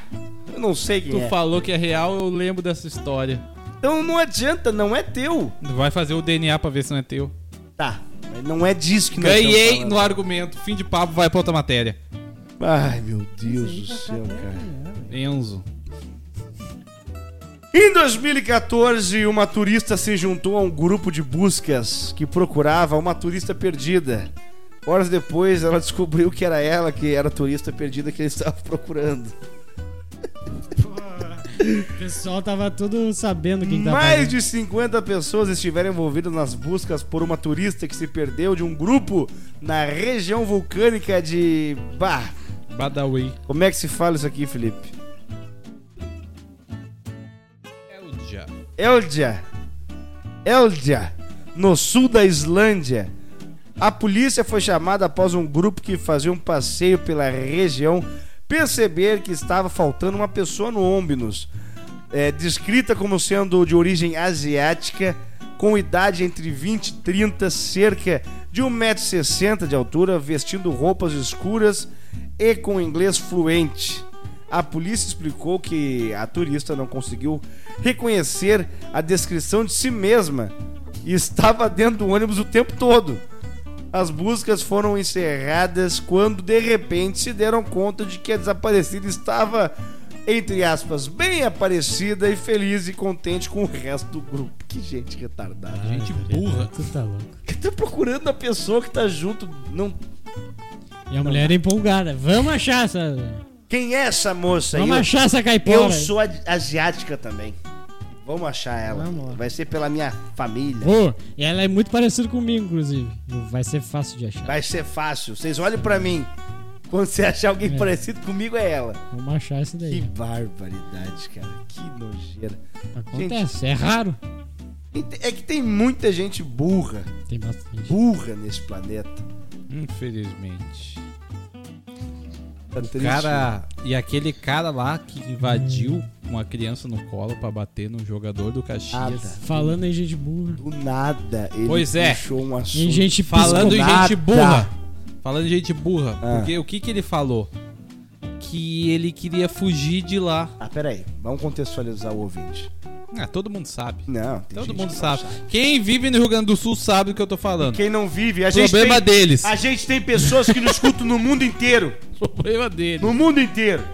[SPEAKER 1] eu não sei quem
[SPEAKER 3] Tu
[SPEAKER 1] é.
[SPEAKER 3] falou que é real, eu lembro dessa história.
[SPEAKER 1] Então não adianta, não é teu.
[SPEAKER 3] Vai fazer o DNA pra ver se não é teu.
[SPEAKER 1] Tá, mas não é disso que nós
[SPEAKER 3] Ganhei
[SPEAKER 1] estamos
[SPEAKER 3] no
[SPEAKER 1] falando.
[SPEAKER 3] argumento. Fim de papo, vai pra outra matéria.
[SPEAKER 1] Ai, meu Deus do céu, cara.
[SPEAKER 3] Enzo.
[SPEAKER 1] Em 2014, uma turista se juntou a um grupo de buscas que procurava uma turista perdida. Horas depois, ela descobriu que era ela que era a turista perdida que eles estavam procurando.
[SPEAKER 2] O pessoal tava tudo sabendo quem tava.
[SPEAKER 1] Mais de 50 pessoas estiveram envolvidas nas buscas por uma turista que se perdeu de um grupo na região vulcânica de. Bah!
[SPEAKER 3] Badawi.
[SPEAKER 1] Como é que se fala isso aqui, Felipe? É
[SPEAKER 3] Elja.
[SPEAKER 1] Eldia. Eldia, no sul da Islândia. A polícia foi chamada após um grupo que fazia um passeio pela região perceber que estava faltando uma pessoa no ônibus. É, descrita como sendo de origem asiática, com idade entre 20 e 30, cerca de 1,60m de altura, vestindo roupas escuras e com inglês fluente. A polícia explicou que a turista não conseguiu reconhecer a descrição de si mesma e estava dentro do ônibus o tempo todo. As buscas foram encerradas quando de repente se deram conta de que a desaparecida estava, entre aspas, bem aparecida e feliz e contente com o resto do grupo. Que gente retardada.
[SPEAKER 2] Ah,
[SPEAKER 1] gente.
[SPEAKER 2] velho,
[SPEAKER 3] burra.
[SPEAKER 2] Tu tá louco.
[SPEAKER 1] Que tá procurando a pessoa que tá junto. Não...
[SPEAKER 2] E É a mulher empolgada. Vamos achar essa.
[SPEAKER 1] Quem é essa moça aí?
[SPEAKER 2] Vamos
[SPEAKER 1] Eu-
[SPEAKER 2] achar essa caipora.
[SPEAKER 1] Eu sou a- asiática também. Vamos achar ela.
[SPEAKER 2] Vamos lá.
[SPEAKER 1] Vai ser pela minha família.
[SPEAKER 2] Pô, e ela é muito parecida comigo, inclusive. Vai ser fácil de achar.
[SPEAKER 1] Vai ser fácil. Vocês olhem pra mim. Quando você achar alguém
[SPEAKER 2] É.
[SPEAKER 1] parecido comigo, é ela.
[SPEAKER 2] Vamos achar isso
[SPEAKER 1] Que
[SPEAKER 2] daí.
[SPEAKER 1] barbaridade, cara. Que nojeira.
[SPEAKER 2] Acontece, é raro.
[SPEAKER 1] Ent- É que tem muita gente burra,
[SPEAKER 2] Tem bastante.
[SPEAKER 1] burra nesse planeta.
[SPEAKER 3] Infelizmente.
[SPEAKER 1] Tá triste. né?
[SPEAKER 3] Cara, e aquele cara lá que invadiu uma criança no colo pra bater no jogador do Caxias.
[SPEAKER 1] Nada.
[SPEAKER 2] Falando em gente burra.
[SPEAKER 1] Do nada ele
[SPEAKER 3] Pois é.
[SPEAKER 1] puxou um assunto.
[SPEAKER 2] Em gente
[SPEAKER 3] Falando em
[SPEAKER 1] Nada.
[SPEAKER 3] gente burra. Falando em gente burra.
[SPEAKER 1] Ah.
[SPEAKER 3] Porque o que que ele falou? Que ele queria fugir de lá.
[SPEAKER 1] Ah, peraí. Vamos contextualizar o ouvinte.
[SPEAKER 3] Ah, todo mundo sabe.
[SPEAKER 1] Não, tem
[SPEAKER 3] Todo
[SPEAKER 1] gente
[SPEAKER 3] mundo
[SPEAKER 1] que não
[SPEAKER 3] sabe. Quem vive no Rio Grande do Sul sabe do que eu tô falando.
[SPEAKER 1] Quem não vive, a gente
[SPEAKER 3] Problema
[SPEAKER 1] tem...
[SPEAKER 3] deles.
[SPEAKER 1] A gente tem pessoas que nos escutam no mundo inteiro.
[SPEAKER 3] Problema deles.
[SPEAKER 1] No mundo inteiro.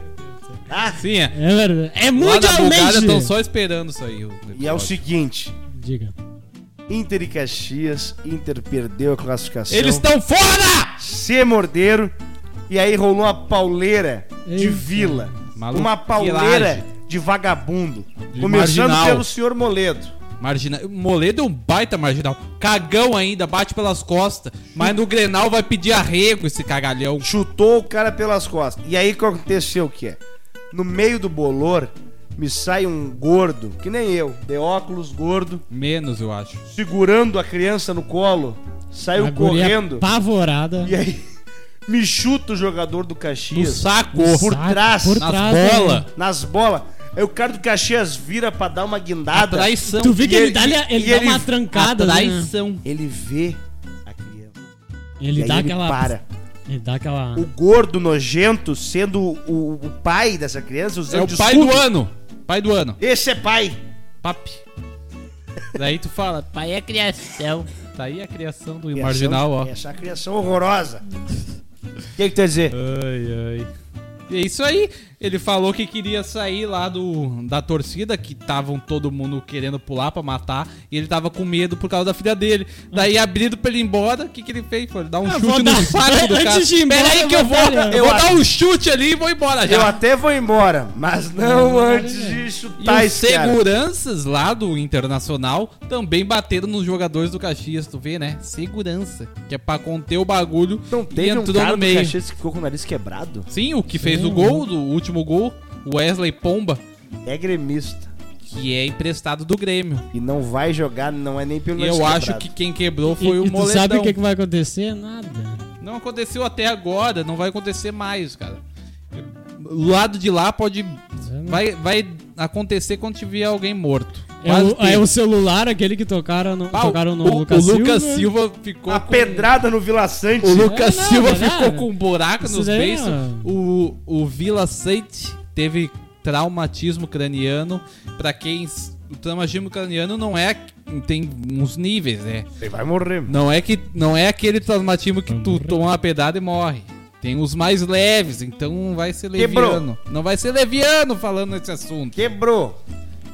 [SPEAKER 1] Tá?
[SPEAKER 3] Sim, é.
[SPEAKER 2] É verdade. É
[SPEAKER 3] Lá na Bulgária estão
[SPEAKER 2] mundialmente.
[SPEAKER 3] só esperando isso aí.
[SPEAKER 1] E é
[SPEAKER 3] o
[SPEAKER 1] o
[SPEAKER 3] episódio.
[SPEAKER 1] seguinte.
[SPEAKER 2] Diga.
[SPEAKER 1] Inter e Caxias, Inter perdeu a classificação.
[SPEAKER 3] Eles tá- estão fora!
[SPEAKER 1] se morderam e aí rolou uma pauleira de
[SPEAKER 2] Eita.
[SPEAKER 1] vila.
[SPEAKER 3] Maluco.
[SPEAKER 1] Uma pauleira
[SPEAKER 3] Vilagem.
[SPEAKER 1] de vagabundo.
[SPEAKER 3] De
[SPEAKER 1] começando
[SPEAKER 3] marginal.
[SPEAKER 1] pelo senhor Moledo.
[SPEAKER 3] Marginal. Moledo é um baita marginal. Cagão ainda, bate pelas costas. Mas no Grenal vai pedir arrego esse cagalhão.
[SPEAKER 1] Chutou o cara pelas costas. E aí o que aconteceu o que é? No meio do bolor, me sai um gordo, que nem eu, de óculos gordo,
[SPEAKER 3] Menos, eu acho.
[SPEAKER 1] segurando a criança no colo, saiu
[SPEAKER 2] A guria
[SPEAKER 1] correndo.
[SPEAKER 2] Apavorada.
[SPEAKER 3] é
[SPEAKER 1] E aí me chuta o jogador do
[SPEAKER 3] No
[SPEAKER 1] Caxias.
[SPEAKER 3] saco.
[SPEAKER 1] por
[SPEAKER 2] Saco,
[SPEAKER 1] trás,
[SPEAKER 2] Por
[SPEAKER 3] nas
[SPEAKER 2] trás.
[SPEAKER 3] bola.
[SPEAKER 2] né?
[SPEAKER 1] Nas bolas. Aí o cara do Caxias vira pra dar uma
[SPEAKER 3] A
[SPEAKER 1] guindada.
[SPEAKER 3] traição.
[SPEAKER 2] Tu viu que
[SPEAKER 1] E
[SPEAKER 2] ele,
[SPEAKER 1] ele-
[SPEAKER 2] dá, ele,
[SPEAKER 1] e
[SPEAKER 2] dá
[SPEAKER 1] ele-
[SPEAKER 2] uma trancada,
[SPEAKER 3] A
[SPEAKER 2] né?
[SPEAKER 3] traição.
[SPEAKER 1] ele vê a criança.
[SPEAKER 2] Ele
[SPEAKER 1] e
[SPEAKER 2] dá
[SPEAKER 1] aí
[SPEAKER 2] aquela.
[SPEAKER 1] ele para.
[SPEAKER 2] Ele dá aquela.
[SPEAKER 1] O gordo nojento sendo o, o pai dessa criança, usando
[SPEAKER 3] É o pai
[SPEAKER 1] escudo.
[SPEAKER 3] do ano. Pai do ano.
[SPEAKER 1] Esse é pai.
[SPEAKER 3] Papi. Daí tu fala,
[SPEAKER 5] Pai é criação.
[SPEAKER 3] tá aí a criação do
[SPEAKER 1] Criação-
[SPEAKER 3] marginal, ó.
[SPEAKER 1] Essa é criação horrorosa. O que, que tu ia dizer?
[SPEAKER 3] Ai, ai. E é isso aí. Ele falou que queria sair lá do, da torcida, que estavam todo mundo querendo pular pra matar, e ele tava com medo por causa da filha dele. Daí, abrido pra ele ir embora, o que, que ele fez? Foi dar um
[SPEAKER 2] Eu
[SPEAKER 3] chute
[SPEAKER 2] vou
[SPEAKER 3] no
[SPEAKER 2] dar-
[SPEAKER 3] saco do
[SPEAKER 2] Antes
[SPEAKER 3] cara.
[SPEAKER 2] de ir embora,
[SPEAKER 3] Pera aí
[SPEAKER 2] eu
[SPEAKER 3] que eu
[SPEAKER 2] vou
[SPEAKER 3] vou,
[SPEAKER 2] dar-
[SPEAKER 3] eu vou
[SPEAKER 1] acho-
[SPEAKER 3] dar um chute ali e vou embora já.
[SPEAKER 1] Eu até vou embora, mas não antes de
[SPEAKER 3] É, E
[SPEAKER 1] chutar
[SPEAKER 3] os
[SPEAKER 1] esse cara.
[SPEAKER 3] seguranças lá do Internacional também bateram nos jogadores do Caxias, tu vê, né? Segurança, que é pra conter o bagulho
[SPEAKER 6] Não
[SPEAKER 3] e
[SPEAKER 6] teve um
[SPEAKER 3] entrou
[SPEAKER 6] cara
[SPEAKER 3] no
[SPEAKER 6] do
[SPEAKER 3] meio.
[SPEAKER 6] Caxias que ficou com o nariz quebrado?
[SPEAKER 3] Sim, o que fez o gol, do último gol, o Wesley Pomba,
[SPEAKER 1] É gremista.
[SPEAKER 3] que é emprestado do Grêmio.
[SPEAKER 1] E não vai jogar, não é nem pelo
[SPEAKER 3] E eu
[SPEAKER 1] nariz
[SPEAKER 3] acho
[SPEAKER 1] quebrado.
[SPEAKER 3] que quem quebrou
[SPEAKER 2] E,
[SPEAKER 3] foi um o
[SPEAKER 2] e tu
[SPEAKER 3] Moledão.
[SPEAKER 2] sabe o que, que vai acontecer? Nada.
[SPEAKER 3] Não aconteceu até agora, não vai acontecer mais, cara. O lado de lá pode... Vai, vai acontecer quando tiver alguém morto.
[SPEAKER 2] É
[SPEAKER 3] Quase
[SPEAKER 2] o, é
[SPEAKER 3] teve.
[SPEAKER 2] o celular, aquele que tocaram no,
[SPEAKER 3] Ah,
[SPEAKER 2] tocaram no
[SPEAKER 3] o, o
[SPEAKER 2] Lucas,
[SPEAKER 3] Lucas
[SPEAKER 2] Silva.
[SPEAKER 3] Silva, ficou
[SPEAKER 1] A
[SPEAKER 3] com-
[SPEAKER 1] pedrada no Vila Sante.
[SPEAKER 3] O Lucas
[SPEAKER 2] É, não,
[SPEAKER 3] Silva
[SPEAKER 2] não,
[SPEAKER 3] ficou
[SPEAKER 2] não.
[SPEAKER 3] com um buraco
[SPEAKER 2] Isso
[SPEAKER 3] nos
[SPEAKER 2] daí
[SPEAKER 3] beiços.
[SPEAKER 2] não.
[SPEAKER 3] O, o Vila Sante teve traumatismo craniano. Pra quem. s- O traumatismo craniano não é. Tem uns níveis, né?
[SPEAKER 1] Ele vai morrer.
[SPEAKER 3] Não é, que, não é aquele traumatismo que
[SPEAKER 2] Uhum.
[SPEAKER 3] tu toma uma pedrada e morre. Tem os mais leves, então não vai ser
[SPEAKER 1] Quebrou.
[SPEAKER 3] leviano. Não vai ser leviano falando esse assunto.
[SPEAKER 1] Quebrou.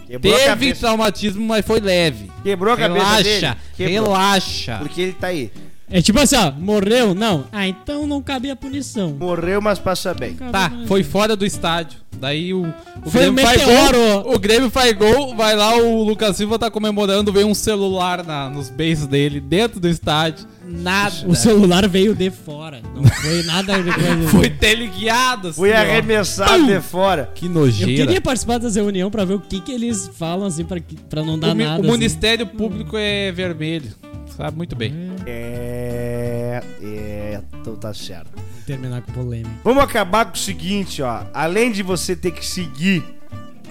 [SPEAKER 1] Quebrou a
[SPEAKER 3] Teve
[SPEAKER 1] cabeça.
[SPEAKER 3] traumatismo, mas foi leve.
[SPEAKER 1] Quebrou a cabeça
[SPEAKER 3] Relaxa,
[SPEAKER 1] dele. Quebrou.
[SPEAKER 3] relaxa.
[SPEAKER 1] Porque ele tá aí.
[SPEAKER 2] É tipo assim, ó, morreu? Não. Ah, então não cabe a punição.
[SPEAKER 1] Morreu, mas passa bem.
[SPEAKER 2] Cabe
[SPEAKER 3] Tá,
[SPEAKER 2] a punição.
[SPEAKER 3] foi fora do estádio. Daí o, o
[SPEAKER 2] Foi
[SPEAKER 3] Grêmio faz
[SPEAKER 2] meteoro.
[SPEAKER 3] gol. O Grêmio faz gol, vai lá, o Lucas Silva tá comemorando, vem um celular na, nos beijos dele, dentro do estádio. Nada.
[SPEAKER 2] O celular veio de fora. Não foi nada de coisa.
[SPEAKER 3] Foi teleguiado, assim,
[SPEAKER 1] Fui
[SPEAKER 3] ó.
[SPEAKER 1] arremessado de fora.
[SPEAKER 3] Que
[SPEAKER 2] Eu
[SPEAKER 3] nojeira.
[SPEAKER 2] queria participar dessa reunião pra ver o que, que eles falam, assim, pra, que- pra não dar
[SPEAKER 3] O, mi-
[SPEAKER 2] nada.
[SPEAKER 3] o
[SPEAKER 2] assim.
[SPEAKER 3] Ministério Público é vermelho. Sabe muito bem.
[SPEAKER 1] É. É. Então tá certo.
[SPEAKER 2] Terminar com polêmica.
[SPEAKER 1] Vamos acabar com o seguinte, ó. Além de você ter que seguir,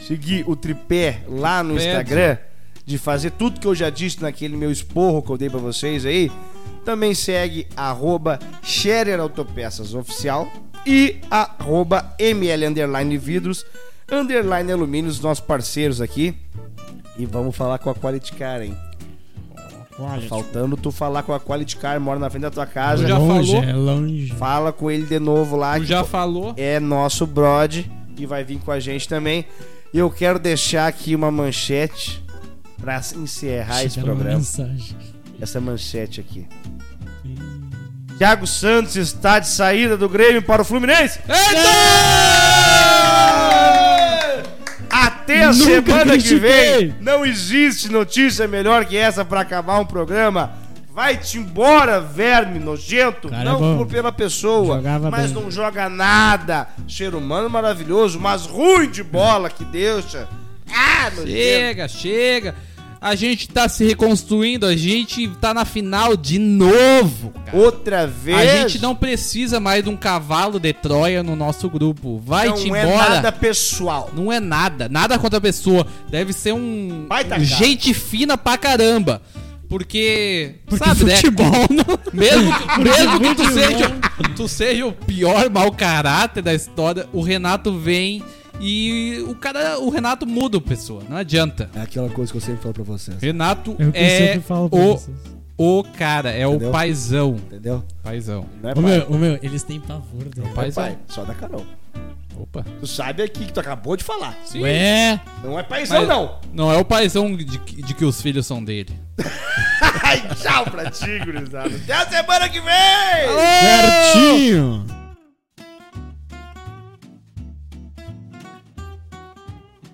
[SPEAKER 1] seguir o tripé lá no
[SPEAKER 3] Pedro.
[SPEAKER 1] Instagram, de fazer tudo que eu já disse naquele meu esporro que eu dei pra vocês aí, também segue arroba Scherer Autopeças Oficial e arroba ML Underline Vidros, Underline Alumínios, nossos parceiros aqui. E vamos falar com a Quality Car, hein? Faltando tu falar com a Quality Car, mora na frente da tua casa.
[SPEAKER 3] Eu já
[SPEAKER 2] longe,
[SPEAKER 3] falou?
[SPEAKER 2] é longe.
[SPEAKER 1] Fala com ele de novo lá.
[SPEAKER 3] Tu
[SPEAKER 1] que
[SPEAKER 3] já falou?
[SPEAKER 1] é nosso brod e vai vir com a gente também. E eu quero deixar aqui uma manchete pra encerrar esse
[SPEAKER 2] Chegaram uma
[SPEAKER 1] programa.
[SPEAKER 2] mensagem.
[SPEAKER 1] Essa manchete aqui. Thiago Santos está de saída do Grêmio para o Fluminense.
[SPEAKER 2] É, tá!
[SPEAKER 1] Até a
[SPEAKER 2] Nunca
[SPEAKER 1] semana que
[SPEAKER 2] critiquei.
[SPEAKER 1] vem. Não existe notícia melhor que essa pra acabar um programa. Vai-te embora, verme nojento.
[SPEAKER 2] Cara, é
[SPEAKER 1] não
[SPEAKER 2] bom.
[SPEAKER 1] por pela pessoa,
[SPEAKER 2] Jogava
[SPEAKER 1] mas
[SPEAKER 2] bem.
[SPEAKER 1] não joga nada. Ser humano maravilhoso, mas ruim de bola que deixa. Ah, nojento.
[SPEAKER 3] Chega, chega. A gente tá se reconstruindo, a gente tá na final de novo, cara.
[SPEAKER 1] Outra vez.
[SPEAKER 3] A gente não precisa mais de um cavalo de Troia no nosso grupo.
[SPEAKER 1] não
[SPEAKER 3] Vai-te
[SPEAKER 1] é
[SPEAKER 3] embora.
[SPEAKER 1] nada pessoal.
[SPEAKER 3] Não é nada. Nada contra a pessoa. Deve ser um.
[SPEAKER 1] Baita cara.
[SPEAKER 3] gente fina pra caramba. Porque.
[SPEAKER 2] Porque
[SPEAKER 3] sabe, né?
[SPEAKER 2] futebol não...
[SPEAKER 3] Mesmo, mesmo que tu
[SPEAKER 2] futebol.
[SPEAKER 3] seja, tu seja o pior mau caráter da história, o Renato vem e o cara, o Renato muda a pessoa, não adianta.
[SPEAKER 6] É aquela coisa que eu sempre falo pra vocês,
[SPEAKER 3] Renato
[SPEAKER 2] É o que eu
[SPEAKER 3] é
[SPEAKER 2] sempre falo pra
[SPEAKER 3] o,
[SPEAKER 2] vocês.
[SPEAKER 3] o cara, é
[SPEAKER 6] Entendeu?
[SPEAKER 3] o paizão.
[SPEAKER 6] entendeu?
[SPEAKER 3] Paizão.
[SPEAKER 1] Não é
[SPEAKER 2] Ô,
[SPEAKER 1] pai,
[SPEAKER 2] meu, ô, meu, eles têm pavor dele.
[SPEAKER 1] não é
[SPEAKER 3] Paizão.
[SPEAKER 1] pai, só da Carol.
[SPEAKER 3] Opa.
[SPEAKER 1] Tu sabe aqui que tu acabou de falar.
[SPEAKER 2] Ué,
[SPEAKER 1] Não é paizão,
[SPEAKER 3] Mas-
[SPEAKER 1] não.
[SPEAKER 3] Não é o paizão de, que- de que os filhos são dele.
[SPEAKER 1] Ai, tchau pra ti, gurizada. Até a semana que vem!
[SPEAKER 2] É. certinho.